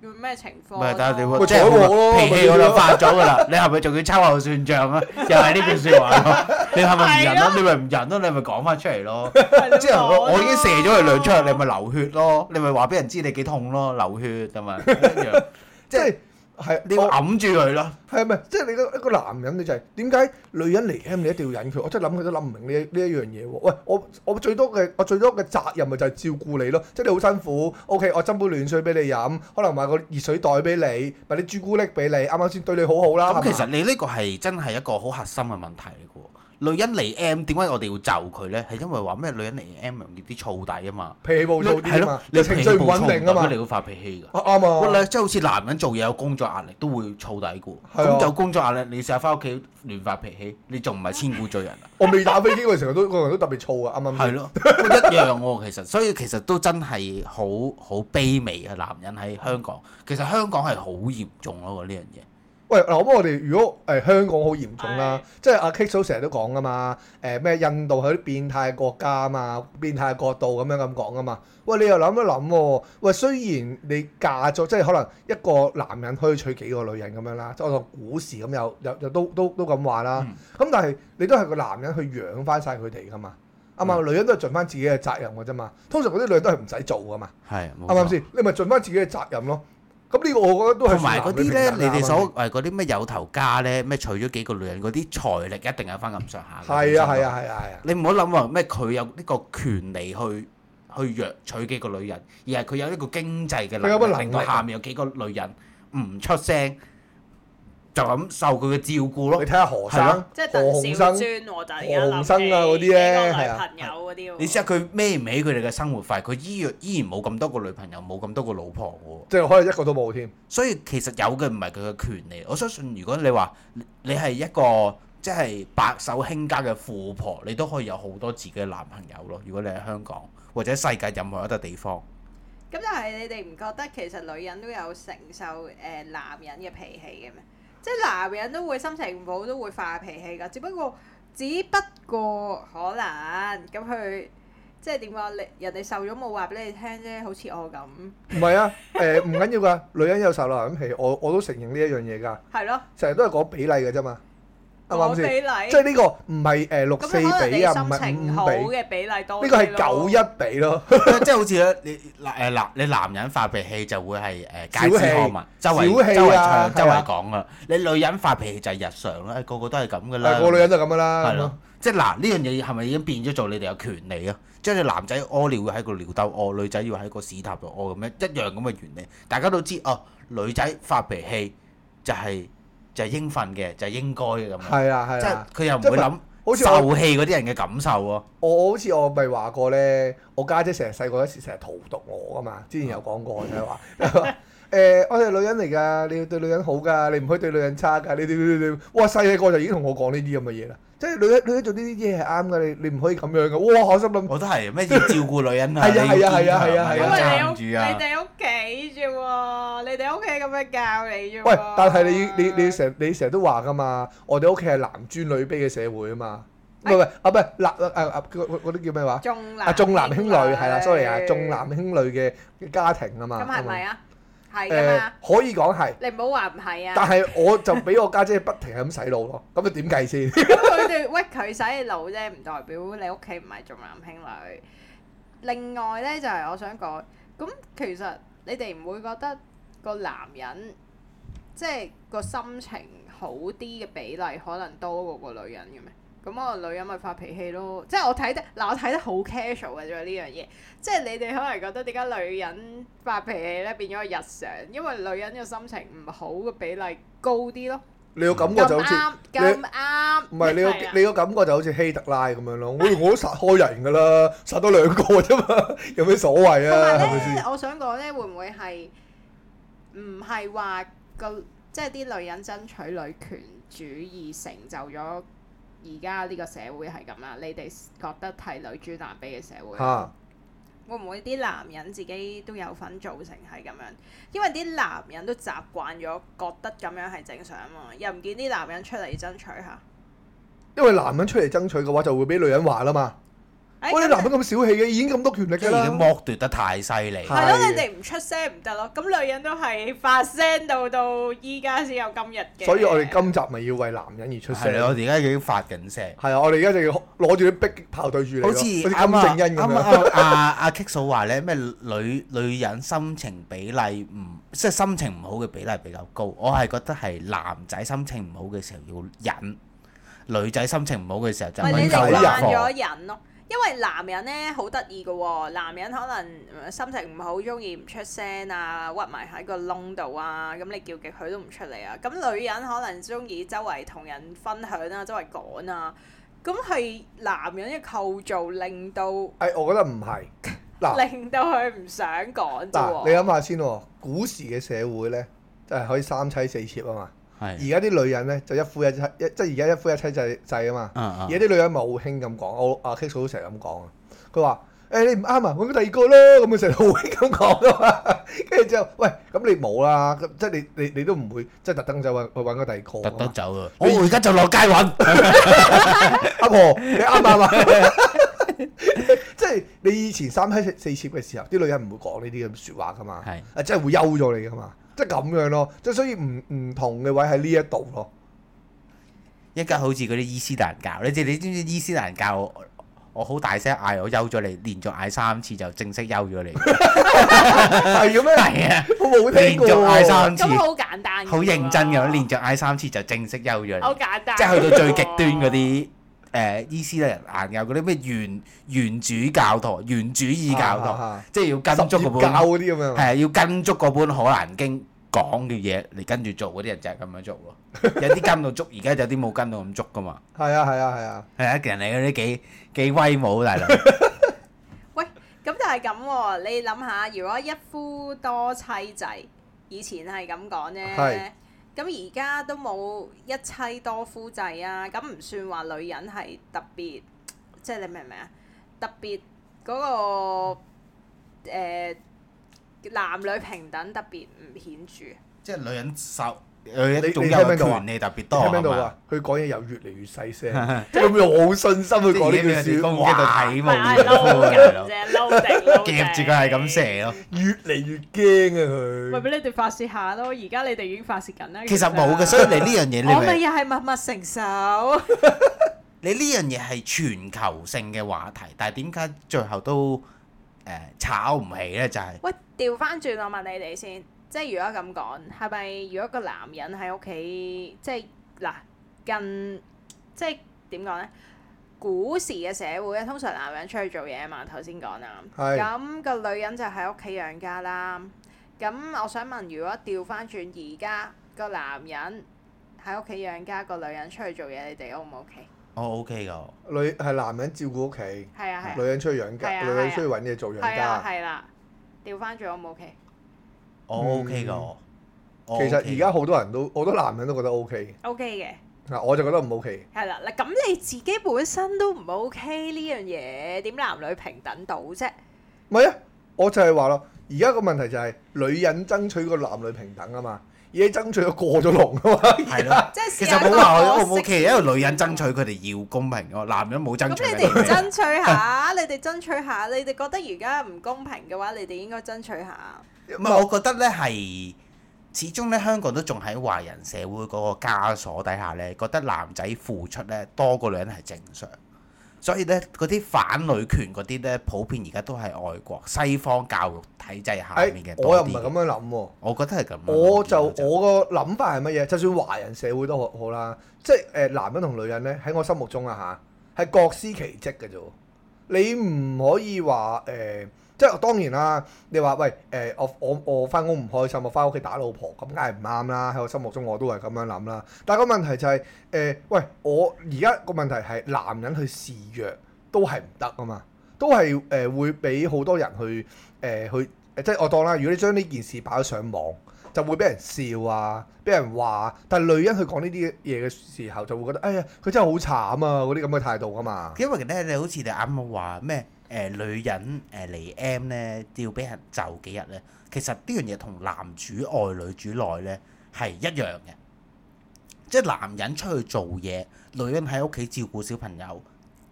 會咩情況咯。啊
咪睇下你
喂
喎，即
睬我咯
係脾氣我
咪
就
要
發咗㗎啦。你係咪仲要秋後算賬啊？又係呢句説話咯。你係咪唔忍
係
咯
咯？
你咪唔忍咯？你咪講翻出嚟咯。
係你
即係
講咯
我我已經射咗佢兩槍，你咪流血咯，你咪話俾人知你幾痛咯，流血咁 啊，一樣
即係係
你要揞住佢咯，
係咪？即係你一個男人，你就係點解女人嚟 M 你一定要忍佢？我真係諗佢都諗唔明呢一呢一樣嘢喎。喂，我我最多嘅我最多嘅責任咪就係照顧你咯。即係你好辛苦，OK，我斟杯暖水俾你飲，可能買個熱水袋俾你，買啲朱古力俾你，啱啱先對你好好啦。
咁
係
其
嘛
實你呢個係真係一個好核心嘅問題嚟嘅喎。女人嚟 M 點解我哋要就佢咧？係因為話咩女人嚟 M 容易啲燥底啊嘛，
脾氣暴躁
係
啲啊
咯
嘛，，
你
情
脾
緒
氣
唔
暴
穩定啊
躁，
嘛
咁，你會發脾氣㗎。
啊啱啊，
喂，即係好似男人做嘢有工作壓力都會燥底嘅喎，
係啊
咁就工作壓力，你試下翻屋企亂發脾氣，你仲唔係千古罪人啊？
我未打飛機嗰陣時候都個人都特別燥啊，啱啱先
係咯，一樣喎、其實，所以其實都真係好好卑微嘅男人喺香港。其實香港係好嚴重咯喎呢樣嘢。
喂，嗱，咁我哋如果誒、香港好嚴重啦，即係阿 K 嫂成日都講噶嘛，誒、咩印度係啲變態國家啊嘛，變態國度咁樣咁講噶嘛。喂，你又諗一諗喎、喂，雖然你嫁咗，即係可能一個男人可以娶幾個女人咁樣啦，即係我當古時咁有有有都都都咁話啦。
嗯
咁、但係你都係個男人去養翻晒佢哋噶嘛，啱唔
嗯
啱？女人都係盡翻自己嘅責任嘅啫嘛。通常嗰啲女人都係唔使做噶嘛，
係
啱唔啱？先？你咪盡翻自己嘅責任咯。咁呢個我覺得都係
同埋嗰啲咧，
算男
你
女平等啦啊啱唔
哋
啱
所誒嗰啲咩有頭家咧，咩娶咗幾個女人嗰啲財力一定係翻咁上下。
係啊係啊！係啊係啊！
你唔好諗話咩佢有呢個權利去去約娶幾個女人，而係佢有呢個經濟嘅
佢有個
能力，
能
令到
力啊
下面有幾個女人唔出聲，就咁受佢嘅照顧咯
你。睇下何
係
生
咯、
即係
何
鄧
鴻
小
生，
尊，我突然間諗
何鴻生啊嗰啲
起
咧
幾
係啊
個女朋友嗰啲喎。
你試下佢孭唔起佢哋嘅生活費，佢依然依然冇咁多個女朋友，冇咁多個老婆喎。
即係可能一個都冇添。
所以其實有嘅唔係佢嘅權利。我相信如果你話你你係一個即係白手興家嘅富婆，你都可以有好多自己嘅男朋友咯。如果你喺香港或者世界任何一笪地方，
咁但係你哋唔覺得其實女人都有承受誒、呃男人嘅脾氣嘅咩？即係男人都會心情唔好都會發脾氣㗎，只不過只不過可能咁佢即係點講？你人哋受咗冇話俾你聽啫，好似我咁
唔係啊，誒唔緊要㗎，女人有受男人氣，我我都承認呢一樣嘢㗎，
係咯，
成日都係講比例嘅啫嘛，啱唔
我
啱
比
先？即
例
係呢個唔係誒六
咁
四
可能你
比啊，唔
心
係
情好
五比，
嘅比例多
呢個
啲
係
咯
九一比咯，
即係好似咧，你嗱誒男你男人發脾氣就會係誒街
小氣
知巷聞，周
小
圍
氣
周圍
啊
唱
係
周
啊
圍講啦。你女人發脾氣就係日常啦，誒個個都係咁噶啦。
係個女人就咁㗎
係
啦
咯。，即係嗱呢樣嘢係咪已經變咗做你哋嘅權利啊？將你男仔屙尿要喺個尿兜屙，女仔要喺個屎塔度屙咁樣一樣咁嘅原理。大家都知哦，女仔發脾氣就係、就係、應份嘅，就係、應該嘅咁樣。
係啊係
即係
啊，
佢又唔會諗
好似我
受氣嗰啲人嘅感受喎。
我好似我咪話過咧，我家姐成日細個嗰時成日荼毒我噶嘛，之前有講過就係話 誒，我哋女人嚟㗎，你要對女人好㗎，你唔可以對女人差㗎，你你你你，哇細細個就已經同我講呢啲咁嘅嘢啦，即係女人女人做呢啲嘢係啱㗎，你你唔可以咁樣㗎，哇我心
哎
諗
我都係咩要照顧女人啊？
係啊
你要
係啊係啊係啊
因
係
堅強
啊
為你屋
啊要撐住啊
你！哋屋企啫喎，你哋屋企咁樣教你啫喎。
喂，但係你你你成你成日都話㗎嘛，我哋屋企係男尊女卑嘅社會啊嘛，唔係唔係啊唔係男誒誒嗰嗰嗰啲叫咩話
重哎男
啊重男輕女係啦
輕
，sorry à, 啊重男輕女嘅嘅家庭啊嘛，
咁係咪啊？係
誒
㗎嘛，
可以講係。
你唔好話唔係啊。
但係我就俾我家姐不停係咁洗腦咯，咁啊點計先？
咁佢哋喂佢洗你腦啫，唔代表你屋企唔係重男輕女。另外咧就係、我想講，咁其實你哋唔會覺得個男人即係個心情好啲嘅比例可能多過個女人嘅咩？咁個女人咪發脾氣咯，即係我睇得 嗱，我睇得好 casual 嘅啫呢樣嘢，即係你哋可能覺得點解女人發脾氣咧變咗個日常，因為女人嘅心情唔好嘅比例高啲咯。
你個感覺就好似
咁
你
啱，咁啱，
唔係你
係
個
啊
你個感覺就好似希特拉咁樣咯，我我都殺開人㗎啦，殺多兩個啫嘛， 有咩所謂
同
啊？係咪
埋
先
咧，？我想講咧，會唔會係唔係話個即係啲女人爭取女權主義成就咗而家呢個社會係咁啦？你哋覺得係女主男卑嘅社會，
嚇
會唔會啲男人自己都有份造成係咁樣？因為啲男人都習慣咗覺得咁樣係正常啊嘛，又唔見啲男人出嚟爭取下。
因為男人出嚟爭取嘅話，就會俾女人話啦嘛。
哎
喂，
咁
你男人咁小氣嘅，已經咁多權力
即
㗎
係已經
啦。
剝奪得太犀利。
係
係咯，你哋唔出聲唔得咯。咁女人都係發聲到到依家先有今日嘅。
所以我哋今集咪要為男人而出聲
係。啊咯，我哋而家已經發緊聲。
係啊，我哋而家就要攞住啲迫擊炮對住你咯，
好
好
似
似金
啱啊
正恩
啱
咁樣。
啊阿阿 Kick 嫂話咧，咩女女人心情比例唔即係心情唔好嘅比例比較高，我係覺得係男仔心情唔好嘅時候要忍，女仔心情唔好嘅時候就
喂，你
揾
哋
就係
夠
慣
慣
啦。
咗人咯。因為男人咧好得意嘅喎，男人可能呃心情唔好，中意唔出聲啊，屈埋喺個窿度啊，咁你叫極佢都唔出嚟啊。咁女人可能中意周圍同人分享啊，周圍講啊，咁係男人嘅構造令到
誒，哎我覺得唔係。嗱，
令到佢唔想講啫
嗱，你
喎。
諗下先喎，古時嘅社會咧，就係可以三妻四妾啊嘛。而
係
家啲女人咧就一夫一妻，一即係而家一夫一妻制制啊嘛。
嗯嗯
而家啲女人咪好興咁講，我阿 K 嫂成日咁講啊。佢話：誒你唔啱啊，揾個第二個啦。咁佢成日好興咁講啊嘛。 跟住之後，喂，咁你冇啦，咁即係你你你都唔會即係特登就揾去揾個第二個
特
㗎嘛。
登走啊！我而家就落街 揾，
阿婆，你啱唔啱啊？ 即係你以前三妻四妾嘅時候，啲女人唔會講呢啲咁説話噶嘛，
係
啊，真係會休咗你噶嘛，即係咁樣咯，即係所以唔唔同嘅位喺呢一度咯，
一家好似嗰啲伊斯蘭教，你知你知唔知伊斯蘭教？我我好大聲嗌，我休咗你，連續嗌三次就正式休咗你。
係嘅咩？
係啊，
我冇聽
連
過
續嗌
喎，
三次
咁，好簡單㗎喎，
好認真嘅，連續嗌三次就正式休咗你。
好簡單，
即係去到最極端嗰。啲誒伊斯蘭教嗰啲咩原原主教徒、原主義教徒，
啊啊啊
即係要跟足
十
嗰
業
本
教嗰啲咁樣，
係啊要跟足嗰本《可蘭經》講嘅嘢嚟跟住做嗰啲人就係咁樣 做咯。有啲跟到足，而家有啲冇跟到咁足噶嘛。
係啊係啊係啊，
係啊，人哋嗰啲幾幾威武大佬，
咁就係咁喎，你諗下，如果一夫多妻制，以前係咁講啫
係，
咁而家都冇一妻多夫制啊，咁唔算話女人係特別，即係你明唔明啊？特別嗰、個、呃、男女平等特別唔顯著。
即係女人受女人
你
總
你
有
聽唔
嘅
聽到啊
權利特別多
你聽唔
係
聽到
嘛？
啊？佢講嘢又越嚟越細 聲，即係佢會好信心去講呢句
即係而家呢個地
説
方
話，
唔喺度睇
哇
冇
係嬲
嘢，係
緊
咯
啫，嬲定嬲定
夾住佢係咁。射咯。
越嚟越驚
咪
啊佢。
俾你哋發泄下咯，而家你哋已經發泄緊啦。
其實冇嘅，所以你呢樣嘢你
我咪
咪
又係默默承受。
你呢樣嘢係全球性嘅話題，但係點解最後都誒、呃炒唔起咧？就係、
喂，調翻轉我問你哋先，即係如果咁講，係咪如果個男人喺屋企，即係嗱近，即係點講咧？古時嘅社會咧，通常男人出去做嘢啊嘛，頭先講啦。
係
咁個女人就喺屋企養家啦。咁我想問，如果調翻轉而家個男人喺屋企養家，個女人出去做嘢，你哋 O 唔 O K？
我哦 OK 噶，
女係男人照顧屋企，
係啊
女
係啊，
人出去養
係
家，
啊
女人出去揾嘢做養
係啊
家。
係啦，調翻轉 O 唔 O K？
我
嗯
OK 噶。我
其
我
實
哦 OK 㗎
而家好多人都好多男人都覺得 O K 嘅
O K 嘅。
嗱我就覺得唔 O K。
係啦，嗱咁你自己本身都唔 OK 呢樣嘢，點男女平等到啫？
唔係啊，我就係話咯，而家個問題就係女人爭取個男女平等啊嘛，而家爭取咗過咗龍 啊嘛。
係咯。
即係
其
試
實
下
冇話我 O 唔
個
OK，因為女人爭取佢哋要公平喎，男人冇爭
咁
取佢
你哋唔
哋。
爭取 下，你哋爭取下，你哋覺得而家唔公平嘅話，你哋應該爭取下。
唔
啊
係，我覺得咧係始終咧香港都仲喺華人社會嗰個枷鎖底下咧，覺得男仔付出咧多過女人係正常，所以咧嗰啲反女權嗰啲咧，普遍而家都係外國西方教育體制下
誒
面嘅
哎我又
多
唔
啲
係咁樣
嘅。
諗喎。
我覺得係咁啊樣。
我就
見到
我個諗法係乜嘢？就算華人社會都好好啦，即係誒、男人同女人咧喺我心目中啊嚇係各司其職嘅啫喎。你唔可以話誒、即係當然啦。你話喂誒、我我我翻工唔開心，我翻屋企打老婆，咁梗係唔啱啦。喺我心目中我都係咁樣諗啦。但係個問題就係、誒、呃喂，我而家個問題係男人去示弱都係唔得啊嘛，都係誒、會俾好多人去誒、呃去。即係我當啦，如果你將呢件事擺咗上網，就會俾人笑啊，俾人話。但係女人去講呢啲嘢嘅時候，就會覺得，哎呀，佢真係好慘啊，嗰啲咁嘅態度噶嘛。
因為咧，你好似你啱啱話咩？誒、女人誒嚟 M 咧，要俾人就幾日咧？其實呢樣嘢同男主外女主內咧係一樣嘅，即係男人出去做嘢，女人喺屋企照顧小朋友、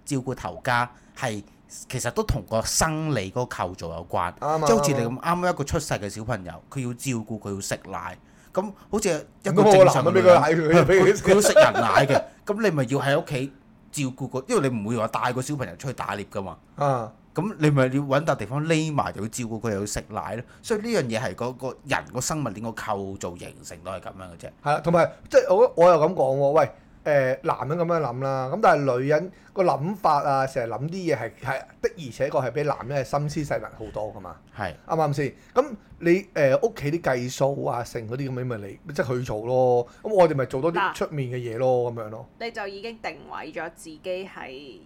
照顧頭家，係其實都同個生理嗰個構造有關。
啱啊，
即係好似你
啱啊
咁啱啱一個出世嘅小朋友，佢要照顧佢要食奶，咁好似一
咁
個
我
正
男
常嘅
人俾佢奶佢，俾
女人佢
佢
佢都食人奶嘅， 咁你咪要喺屋企照顧個，因為你唔會話帶個小朋友出去打獵噶嘛，
啊，
咁你咪要揾笪地方匿埋，又要照顧佢，又要食奶咯，所以呢樣嘢係嗰個人個生物鏈個構造形成都係咁樣嘅啫。
係啦，同埋即係我我又咁講喎，喂，誒、男人咁樣諗啦，咁但係女人個諗法啊，成日諗啲嘢係係的而且確係比男人係心思細密好多噶嘛。
係
啱唔啱先？咁你誒屋企啲計數啊，成嗰啲咁樣咪你即係佢做咯。咁我哋咪做多
嗱
啲出面嘅嘢咯，咁樣咯。
你就已經定位咗自己喺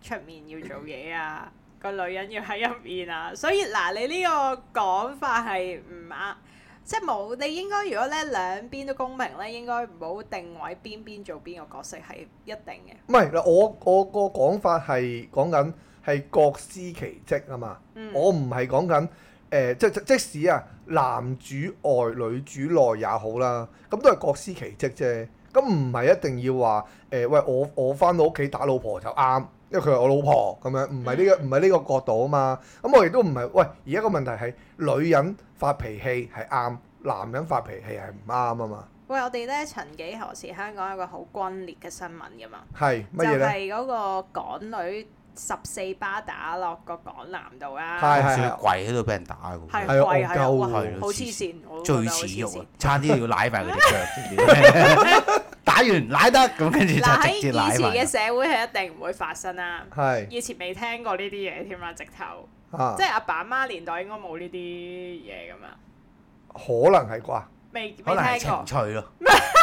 出面要做嘢啊， 個女人要喺入面啊，所以嗱，你呢個講法係唔啱，即係冇你應該如果咧兩邊都公平咧，應該唔好定位邊邊做邊個角色係一定嘅。
唔係嗱，我我個講法係講緊係各司其職啊嘛。
嗯，
我唔係講緊誒，即即即使啊男主外女主內也好啦，咁都係各司其職啫。咁唔係一定要話誒、喂，我我翻到屋企打老婆就啱，因為佢係我老婆咁樣，唔係呢
嗯
個唔係呢個角度啊嘛。咁我亦都唔係喂，而家個問題係女人發脾氣係啱，男人發脾氣係唔啱啊嘛。
喂，我哋咧曾幾何時香港有個好轟烈嘅新聞噶嘛，
係
就
乜嘢咧？
係嗰個港女十四巴打落個港男度啊，
係係
仲要
係
跪喺度俾人打嘅
係
係啊
貴
喎，
戇
係啊，
鳩
哇
喎
好黐線，我
最
都覺得好
恥
黐
辱
線
啊！差啲要舐埋佢哋腳，打完舐得，咁跟住就
嗱喺
直接
以
舐
前嘅
埋。
社會係一定唔會發生啦。
係
以前未聽過呢啲嘢添啦，直頭，
啊
即，係阿爸阿媽年代應該冇呢啲嘢咁啊，
可能係啩？
未未
可能係
聽
情
過。
趣咯，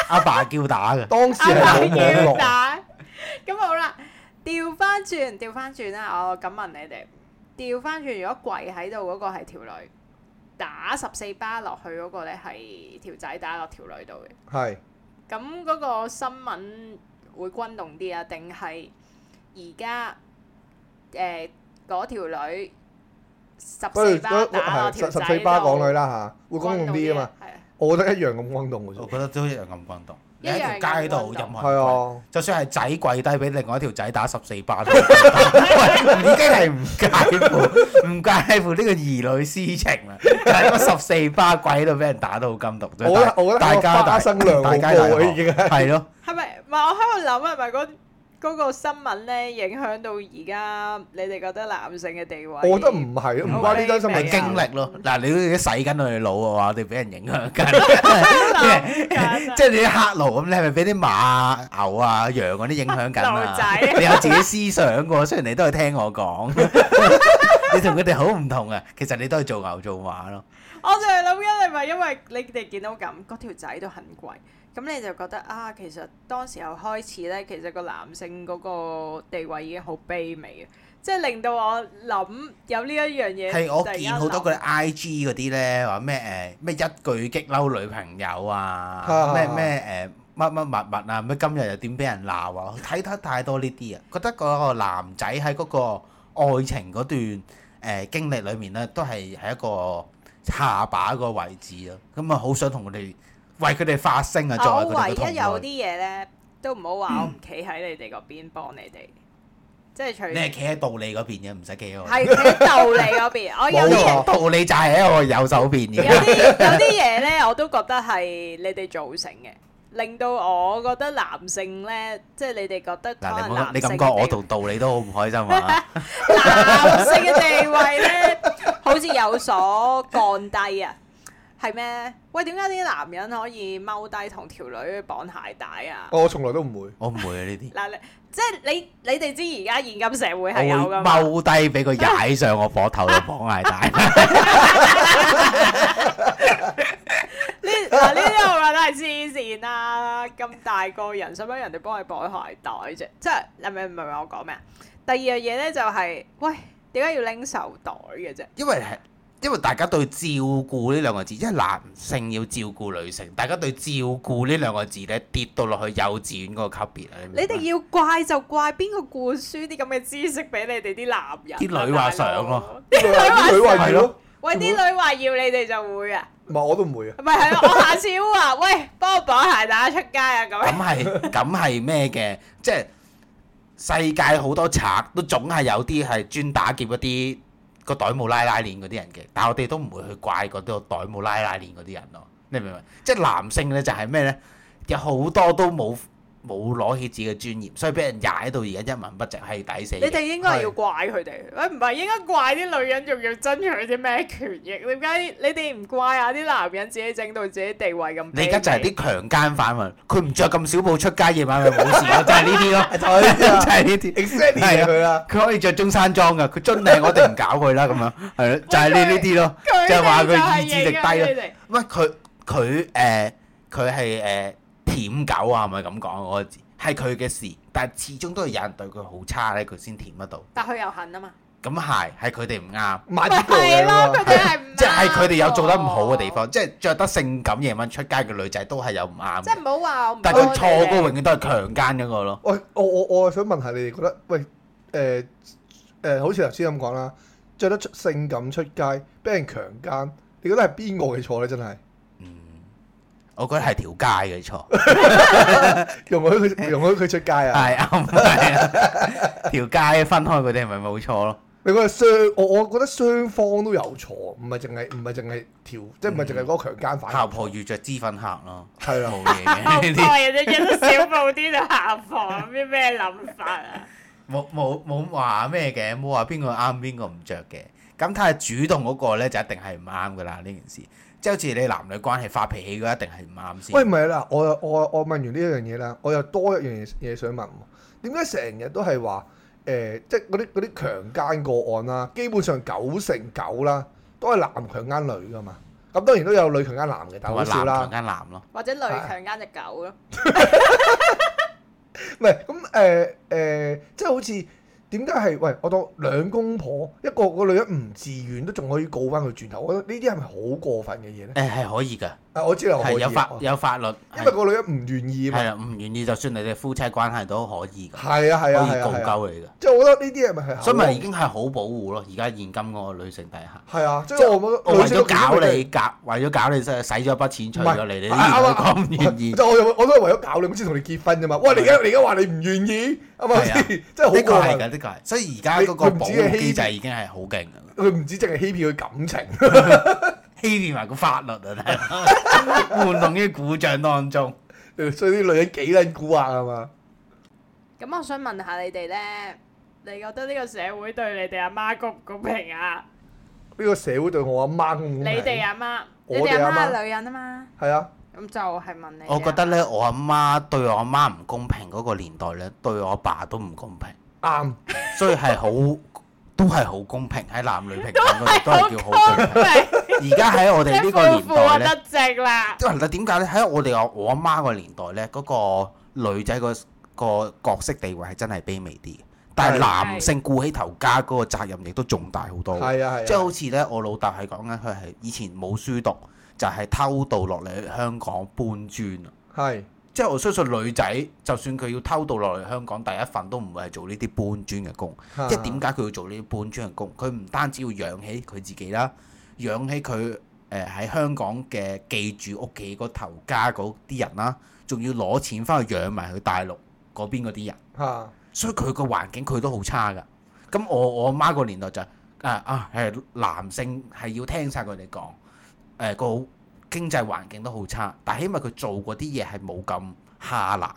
阿爸叫打嘅。
當時
阿
係
爸
冇
要
網絡，
打，咁好啦，調翻轉，調翻轉啦，我咁問你哋，調翻轉，如果跪喺度嗰個係條女，打十四巴落去嗰個咧係條仔打落條女度嘅。
係
咁嗰個新聞會轟動啲啊？定係而家誒嗰條女十
不如
四巴
都
打
係
落條
十
仔
十四巴港女
啦，
啦嚇，會公用啲啊嘛。
係啊，
我覺得一樣咁轟動嘅
我
啫。
覺得都一樣咁轟動。你
一樣咁
喺條街
轟動
度任何人跪
係啊，
就算係仔跪低俾另外一條仔打十四巴，都唔得已經係唔介乎 唔介乎呢個兒女私情啦，就係個十四巴跪到俾人打到好金毒。
我覺得我覺得
大
個
家
花生量好高
大家大
嘅已 經係。
係咯，
係咪？唔係我喺度諗係咪嗰嗰個新聞咧影響到而家你哋覺得男性嘅地位？
我覺得 唔 係，唔關呢單新
係啊
係
聞
經
事。
歷咯。嗱，你都已經洗緊我哋腦啊！我哋俾人影響緊，
諗緊啊
即係你啲黑奴咁，你係咪俾啲馬牛啊、羊嗰啲影響緊
黑奴
啊
仔？
你有自己思想嘅喎，雖然你都係聽我 講， 你同佢哋好唔同啊。其實你都係做牛做馬咯。
我就係諗緊係咪因為你哋見到咁嗰條仔都很貴，咁你就覺得啊，其實當時候開始呢，其實個男性嗰個地位已經好卑微嘅，即係令到我諗有呢一樣嘢。
係我見
見
好多嗰啲 I G 嗰啲咧，話咩誒咩一句激嬲女朋友啊，
啊
咩咩誒乜乜物物啊，咩今日又點俾人鬧啊，睇得太多呢啲啊，覺得個男仔喺嗰個愛情嗰段誒、呃、經歷裏面咧，都係喺一個下把個位置咯，咁啊好想同佢哋為佢哋發聲啊，作
我
為佢哋
唯
嘅
一
同
有啲
類。
嘢呢，都唔好話我唔企喺你哋嗰邊幫你哋，即係除
你係企喺道理嗰邊嘅，唔使企喺我。
係企喺道理嗰邊，我有啲
冇錯
嘢
道理就係喺我右手邊
有
嘅。
啲有啲嘢咧，我都覺得係你哋造成嘅，令到我覺得男性咧，即係你哋覺得可
嗱，
能
你冇
男
你
性
感
嘅
覺我
地
同道理都好唔開心啊！
男性嘅地位咧，好似有所降低啊。係咩？喂，點解啲男人可以踎低同條女綁鞋帶啊？
我從來都 唔會。
我唔會啊呢啲，
嗱，你即係你你哋知而家現今社會
我
係
會
有噶嘛？
踎低俾佢 踩上我膊頭度綁鞋帶。
呢嗱呢啲我覺得係黐線啦！咁大個人，使乜人哋幫你綁鞋帶啫？即係你明唔明我講咩啊？第二樣嘢咧就係、喂，點解要拎手袋嘅啫？
因為係因為大家對照顧呢兩個字，因為男性要照顧女性，大家對照顧呢兩個字咧跌到落去幼稚園嗰個級別啊！
你哋要怪就怪邊個灌輸啲咁嘅知識俾你哋啲男人啊？
啲女話
大佬
想咯，
啲女話
係
想。
咯，
喂，啲女話要你哋就會啊，
唔係我都唔 會啊。
咪係咯？我下次都話喂，幫我綁鞋帶出街啊咁
咁
樣。
係咁係咩嘅？即係世界好多賊都總係有啲係專打劫嗰啲個袋冇拉拉鏈嗰啲人嘅，但係我哋都唔會去怪嗰啲個袋冇拉拉鏈嗰啲人咯。你明唔明？即係男性咧就係咩咧？有好多都冇冇攞起自己嘅尊嚴，所以俾人踩到而家一文不值，係抵死嘅。
你哋應該係要怪佢哋，喂唔係應該怪啲女人仲要爭取啲咩權益？點解你哋唔怪下啲男人自己整到自己地位咁？
你而家就係啲強奸犯喎，佢唔着咁少布出街，夜晚咪冇 事咯，就係呢啲咯，
就係呢啲啊
就係呢啲。
exactly
係
係
啊
佢啦。
佢可以着中山裝噶，佢真係我哋唔搞佢啦咁樣，係咯，就係呢呢啲咯，
佢
就係話
哋就
佢
係
意志力
影響
低
你
咯。
哋。
喂，佢佢誒佢係誒舔狗啊，係咪咁講嗰個字？係佢嘅事，但係始終都係有人對佢好差咧，佢先舔得到。
但佢又恨啊嘛，
咁係係佢哋唔啱，
買
咪
啲過
係
嚟
咯，佢
啊嘛
哋係唔
即係佢哋有做得唔好嘅地
啱喎，
方，即係着得性感夜晚出街嘅女仔都係有唔啱
即係
嘅，
唔好話我唔
但係
幫
佢錯
你
嗰個
哋
永遠都係強奸嗰個咯。
喂，我我我係想問下你哋覺得，喂，誒、誒、好似頭先咁講啦，着得出性感出街，俾人強姦，你覺得係邊個嘅錯咧？真係
嗯我覺得係條街嘅錯。
容許佢容許佢出街啊？
係啱，係啊， 條街分開佢哋咪冇錯咯。
你覺得雙我我覺得雙方都有錯，唔係淨係唔係淨係條，即係唔係淨係嗰個強姦犯。
姣婆遇着脂粉客咯，
係啦
冇嘢嘅呢
後
啲，
哦來人哋着得少布啲就下房，啲咩諗法啊？
冇冇冇話咩嘅，冇話邊個啱邊個唔着嘅。咁睇下主動嗰個咧就一定係唔啱噶啦呢件事，即係好似你男女關係發脾氣嗰一定係唔啱先。
喂，唔係啦，我又我我問完呢一樣嘢啦，我又多一樣嘢嘢想問喎，點解成日都係話誒，即係嗰啲嗰啲強奸個案啦，基本上九成九啦，都係男強奸女噶嘛。咁當然都有女強奸男嘅，但
同
好
埋
少
男
啦
強。奸男咯，
或者女強姦只狗咯，
唔係咁誒誒，即係好似點解係喂我當兩公婆一個個女人唔自願都仲可以告翻佢轉頭，我覺得呢啲係咪好過分嘅嘢咧？
誒係可以㗎，
啊，我知道可以
係有法
啊
有法律，
因為
係
個女人唔願意啊嘛。
係啦，啊唔願意就算你哋夫妻關係都可以㗎，
係啊
可
係啊係
以告
啊係啊，
鳩你㗎，
即係我覺得呢啲嘢咪係
所以咪已
口
經係好保護咯。而家現今嗰個女性底下，
號係啊，即
即
係
係
我覺得
我
女
為
性都
咗搞
唔
你，搞為咗搞你，使使咗一筆錢娶咗你，你
係啊
依然都講唔願
即
意。啊
係我又我都係為咗搞你，我先同你結婚啫嘛。喂，你而家你而家話你唔願意，係咪先？ 即係好
呢個
過
啊係
分
㗎，呢個係。所以而家
你
嗰個
佢唔
保
止係
護
欺
機
騙
制已經係好勁㗎啦，
佢唔止淨係欺騙佢感情，
欺騙埋個法律啊！大 佬玩弄於鼓掌當中。
所以啲女人幾撚蠱惑啊嘛。
咁我想問下你哋咧，你覺得呢個社會對你哋阿媽公唔公平啊？
呢個社會對我阿媽公唔公
你
平
哋阿媽，
我
你
哋
哋阿
阿媽
媽係女人啊嘛，
係啊，
咁就係問你。啊
我覺 得，咧，我阿媽對我阿媽唔公平嗰個年代咧，對我阿爸都唔公平，
啱。
所以係好都係好公平喺男女平等嗰度
係
都
好
係叫好公
公
平。
平，
而家喺我
即
哋
係
呢個年
夫婦
代
啊
咧，
得正啦。
即係嗱點解咧？喺我哋我我阿媽個年代咧，嗰、個女仔個個角色地位係真係卑微啲嘅，但係
係
男性顧起頭家嗰個責任亦都重大好多。
係啊係啊，
即係好似咧，我老豆係講緊佢係以前冇書讀，就係、偷渡落嚟香港搬磚啊。
係
即係我相信女仔，就算佢要偷渡落嚟香港，第一份都唔會係做呢啲搬磚嘅工。
啊
即係點解佢要做呢啲搬磚嘅工？佢唔單止要養起佢自己啦，養起佢誒喺香港嘅記住屋企嗰頭家嗰啲人啦，仲要攞錢翻去養埋佢大陸嗰邊嗰啲人。
嚇
所以佢個環境佢都好差噶。咁我我媽個年代就係啊啊係男性係要聽晒佢哋講，誒、呃個經濟環境都好差，但係起碼佢做嗰啲嘢係冇咁下難，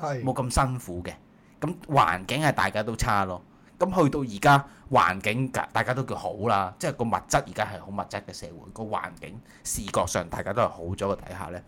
係
冇咁辛苦嘅。咁環境係大家都差咯。咁去到而家環境㗎大家都叫好啦，即係個物質而家係好物質嘅社會，個環境視覺上大家都係好咗嘅底下呢，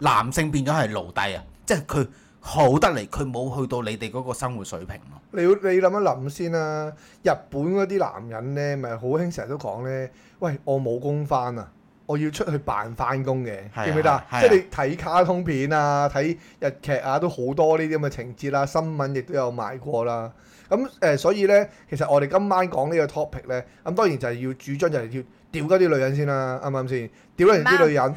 男性變咗係奴隸啊！即係佢好得嚟，佢冇去到你哋嗰個生活水平咯。
你要你諗一諗先啦。日本嗰啲男人咧，咪好興成日都講咧，喂，我冇工翻啊！我要出去扮翻工嘅，
係啊
記唔記得啊？
係啊
即係你睇卡通片啊、睇日劇啊，都好多呢啲咁嘅情節啦。新聞亦都有賣過啦。咁誒、呃所以咧，其實我哋今晚講呢個 topic 咧，咁當然就係要主張就係要屌鳩啲女人先啦，啱唔啱先？屌撚完啲女人，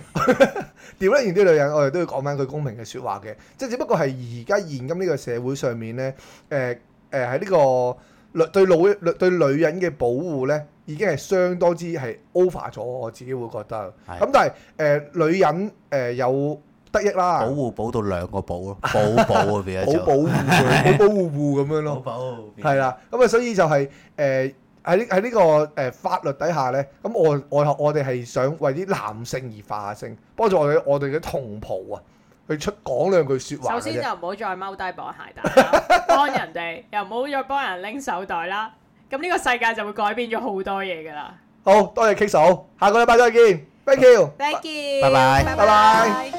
屌撚完啲女人，我哋都要講翻佢公平嘅説話嘅，即係只不過係而家現今呢個社會上面咧，誒誒喺呢個女對老對女人嘅保護咧，已經係相當之係 over 咗，我自己會覺得。
係
咁但係誒、呃女人誒、呃有得益啦，
保護保到兩個保咯，保保啊變
保
咗
保
做。
護 佢，保保護護咁樣咯。
保
係啦，咁啊，所以就係誒喺呢喺呢個誒、呃法律底下咧，咁我我我哋係想為啲男性而化性，幫助我哋我哋嘅同袍啊，去出講兩句説話
首
嘅
先
啫
就。唔好再踎低綁鞋帶啦，幫人哋又唔好再幫人拎手袋啦。咁呢個世界就會改變咗好多嘢噶啦。
好多謝 K 嫂，下個禮拜再見，thank you。
Thank you，
拜拜
拜拜。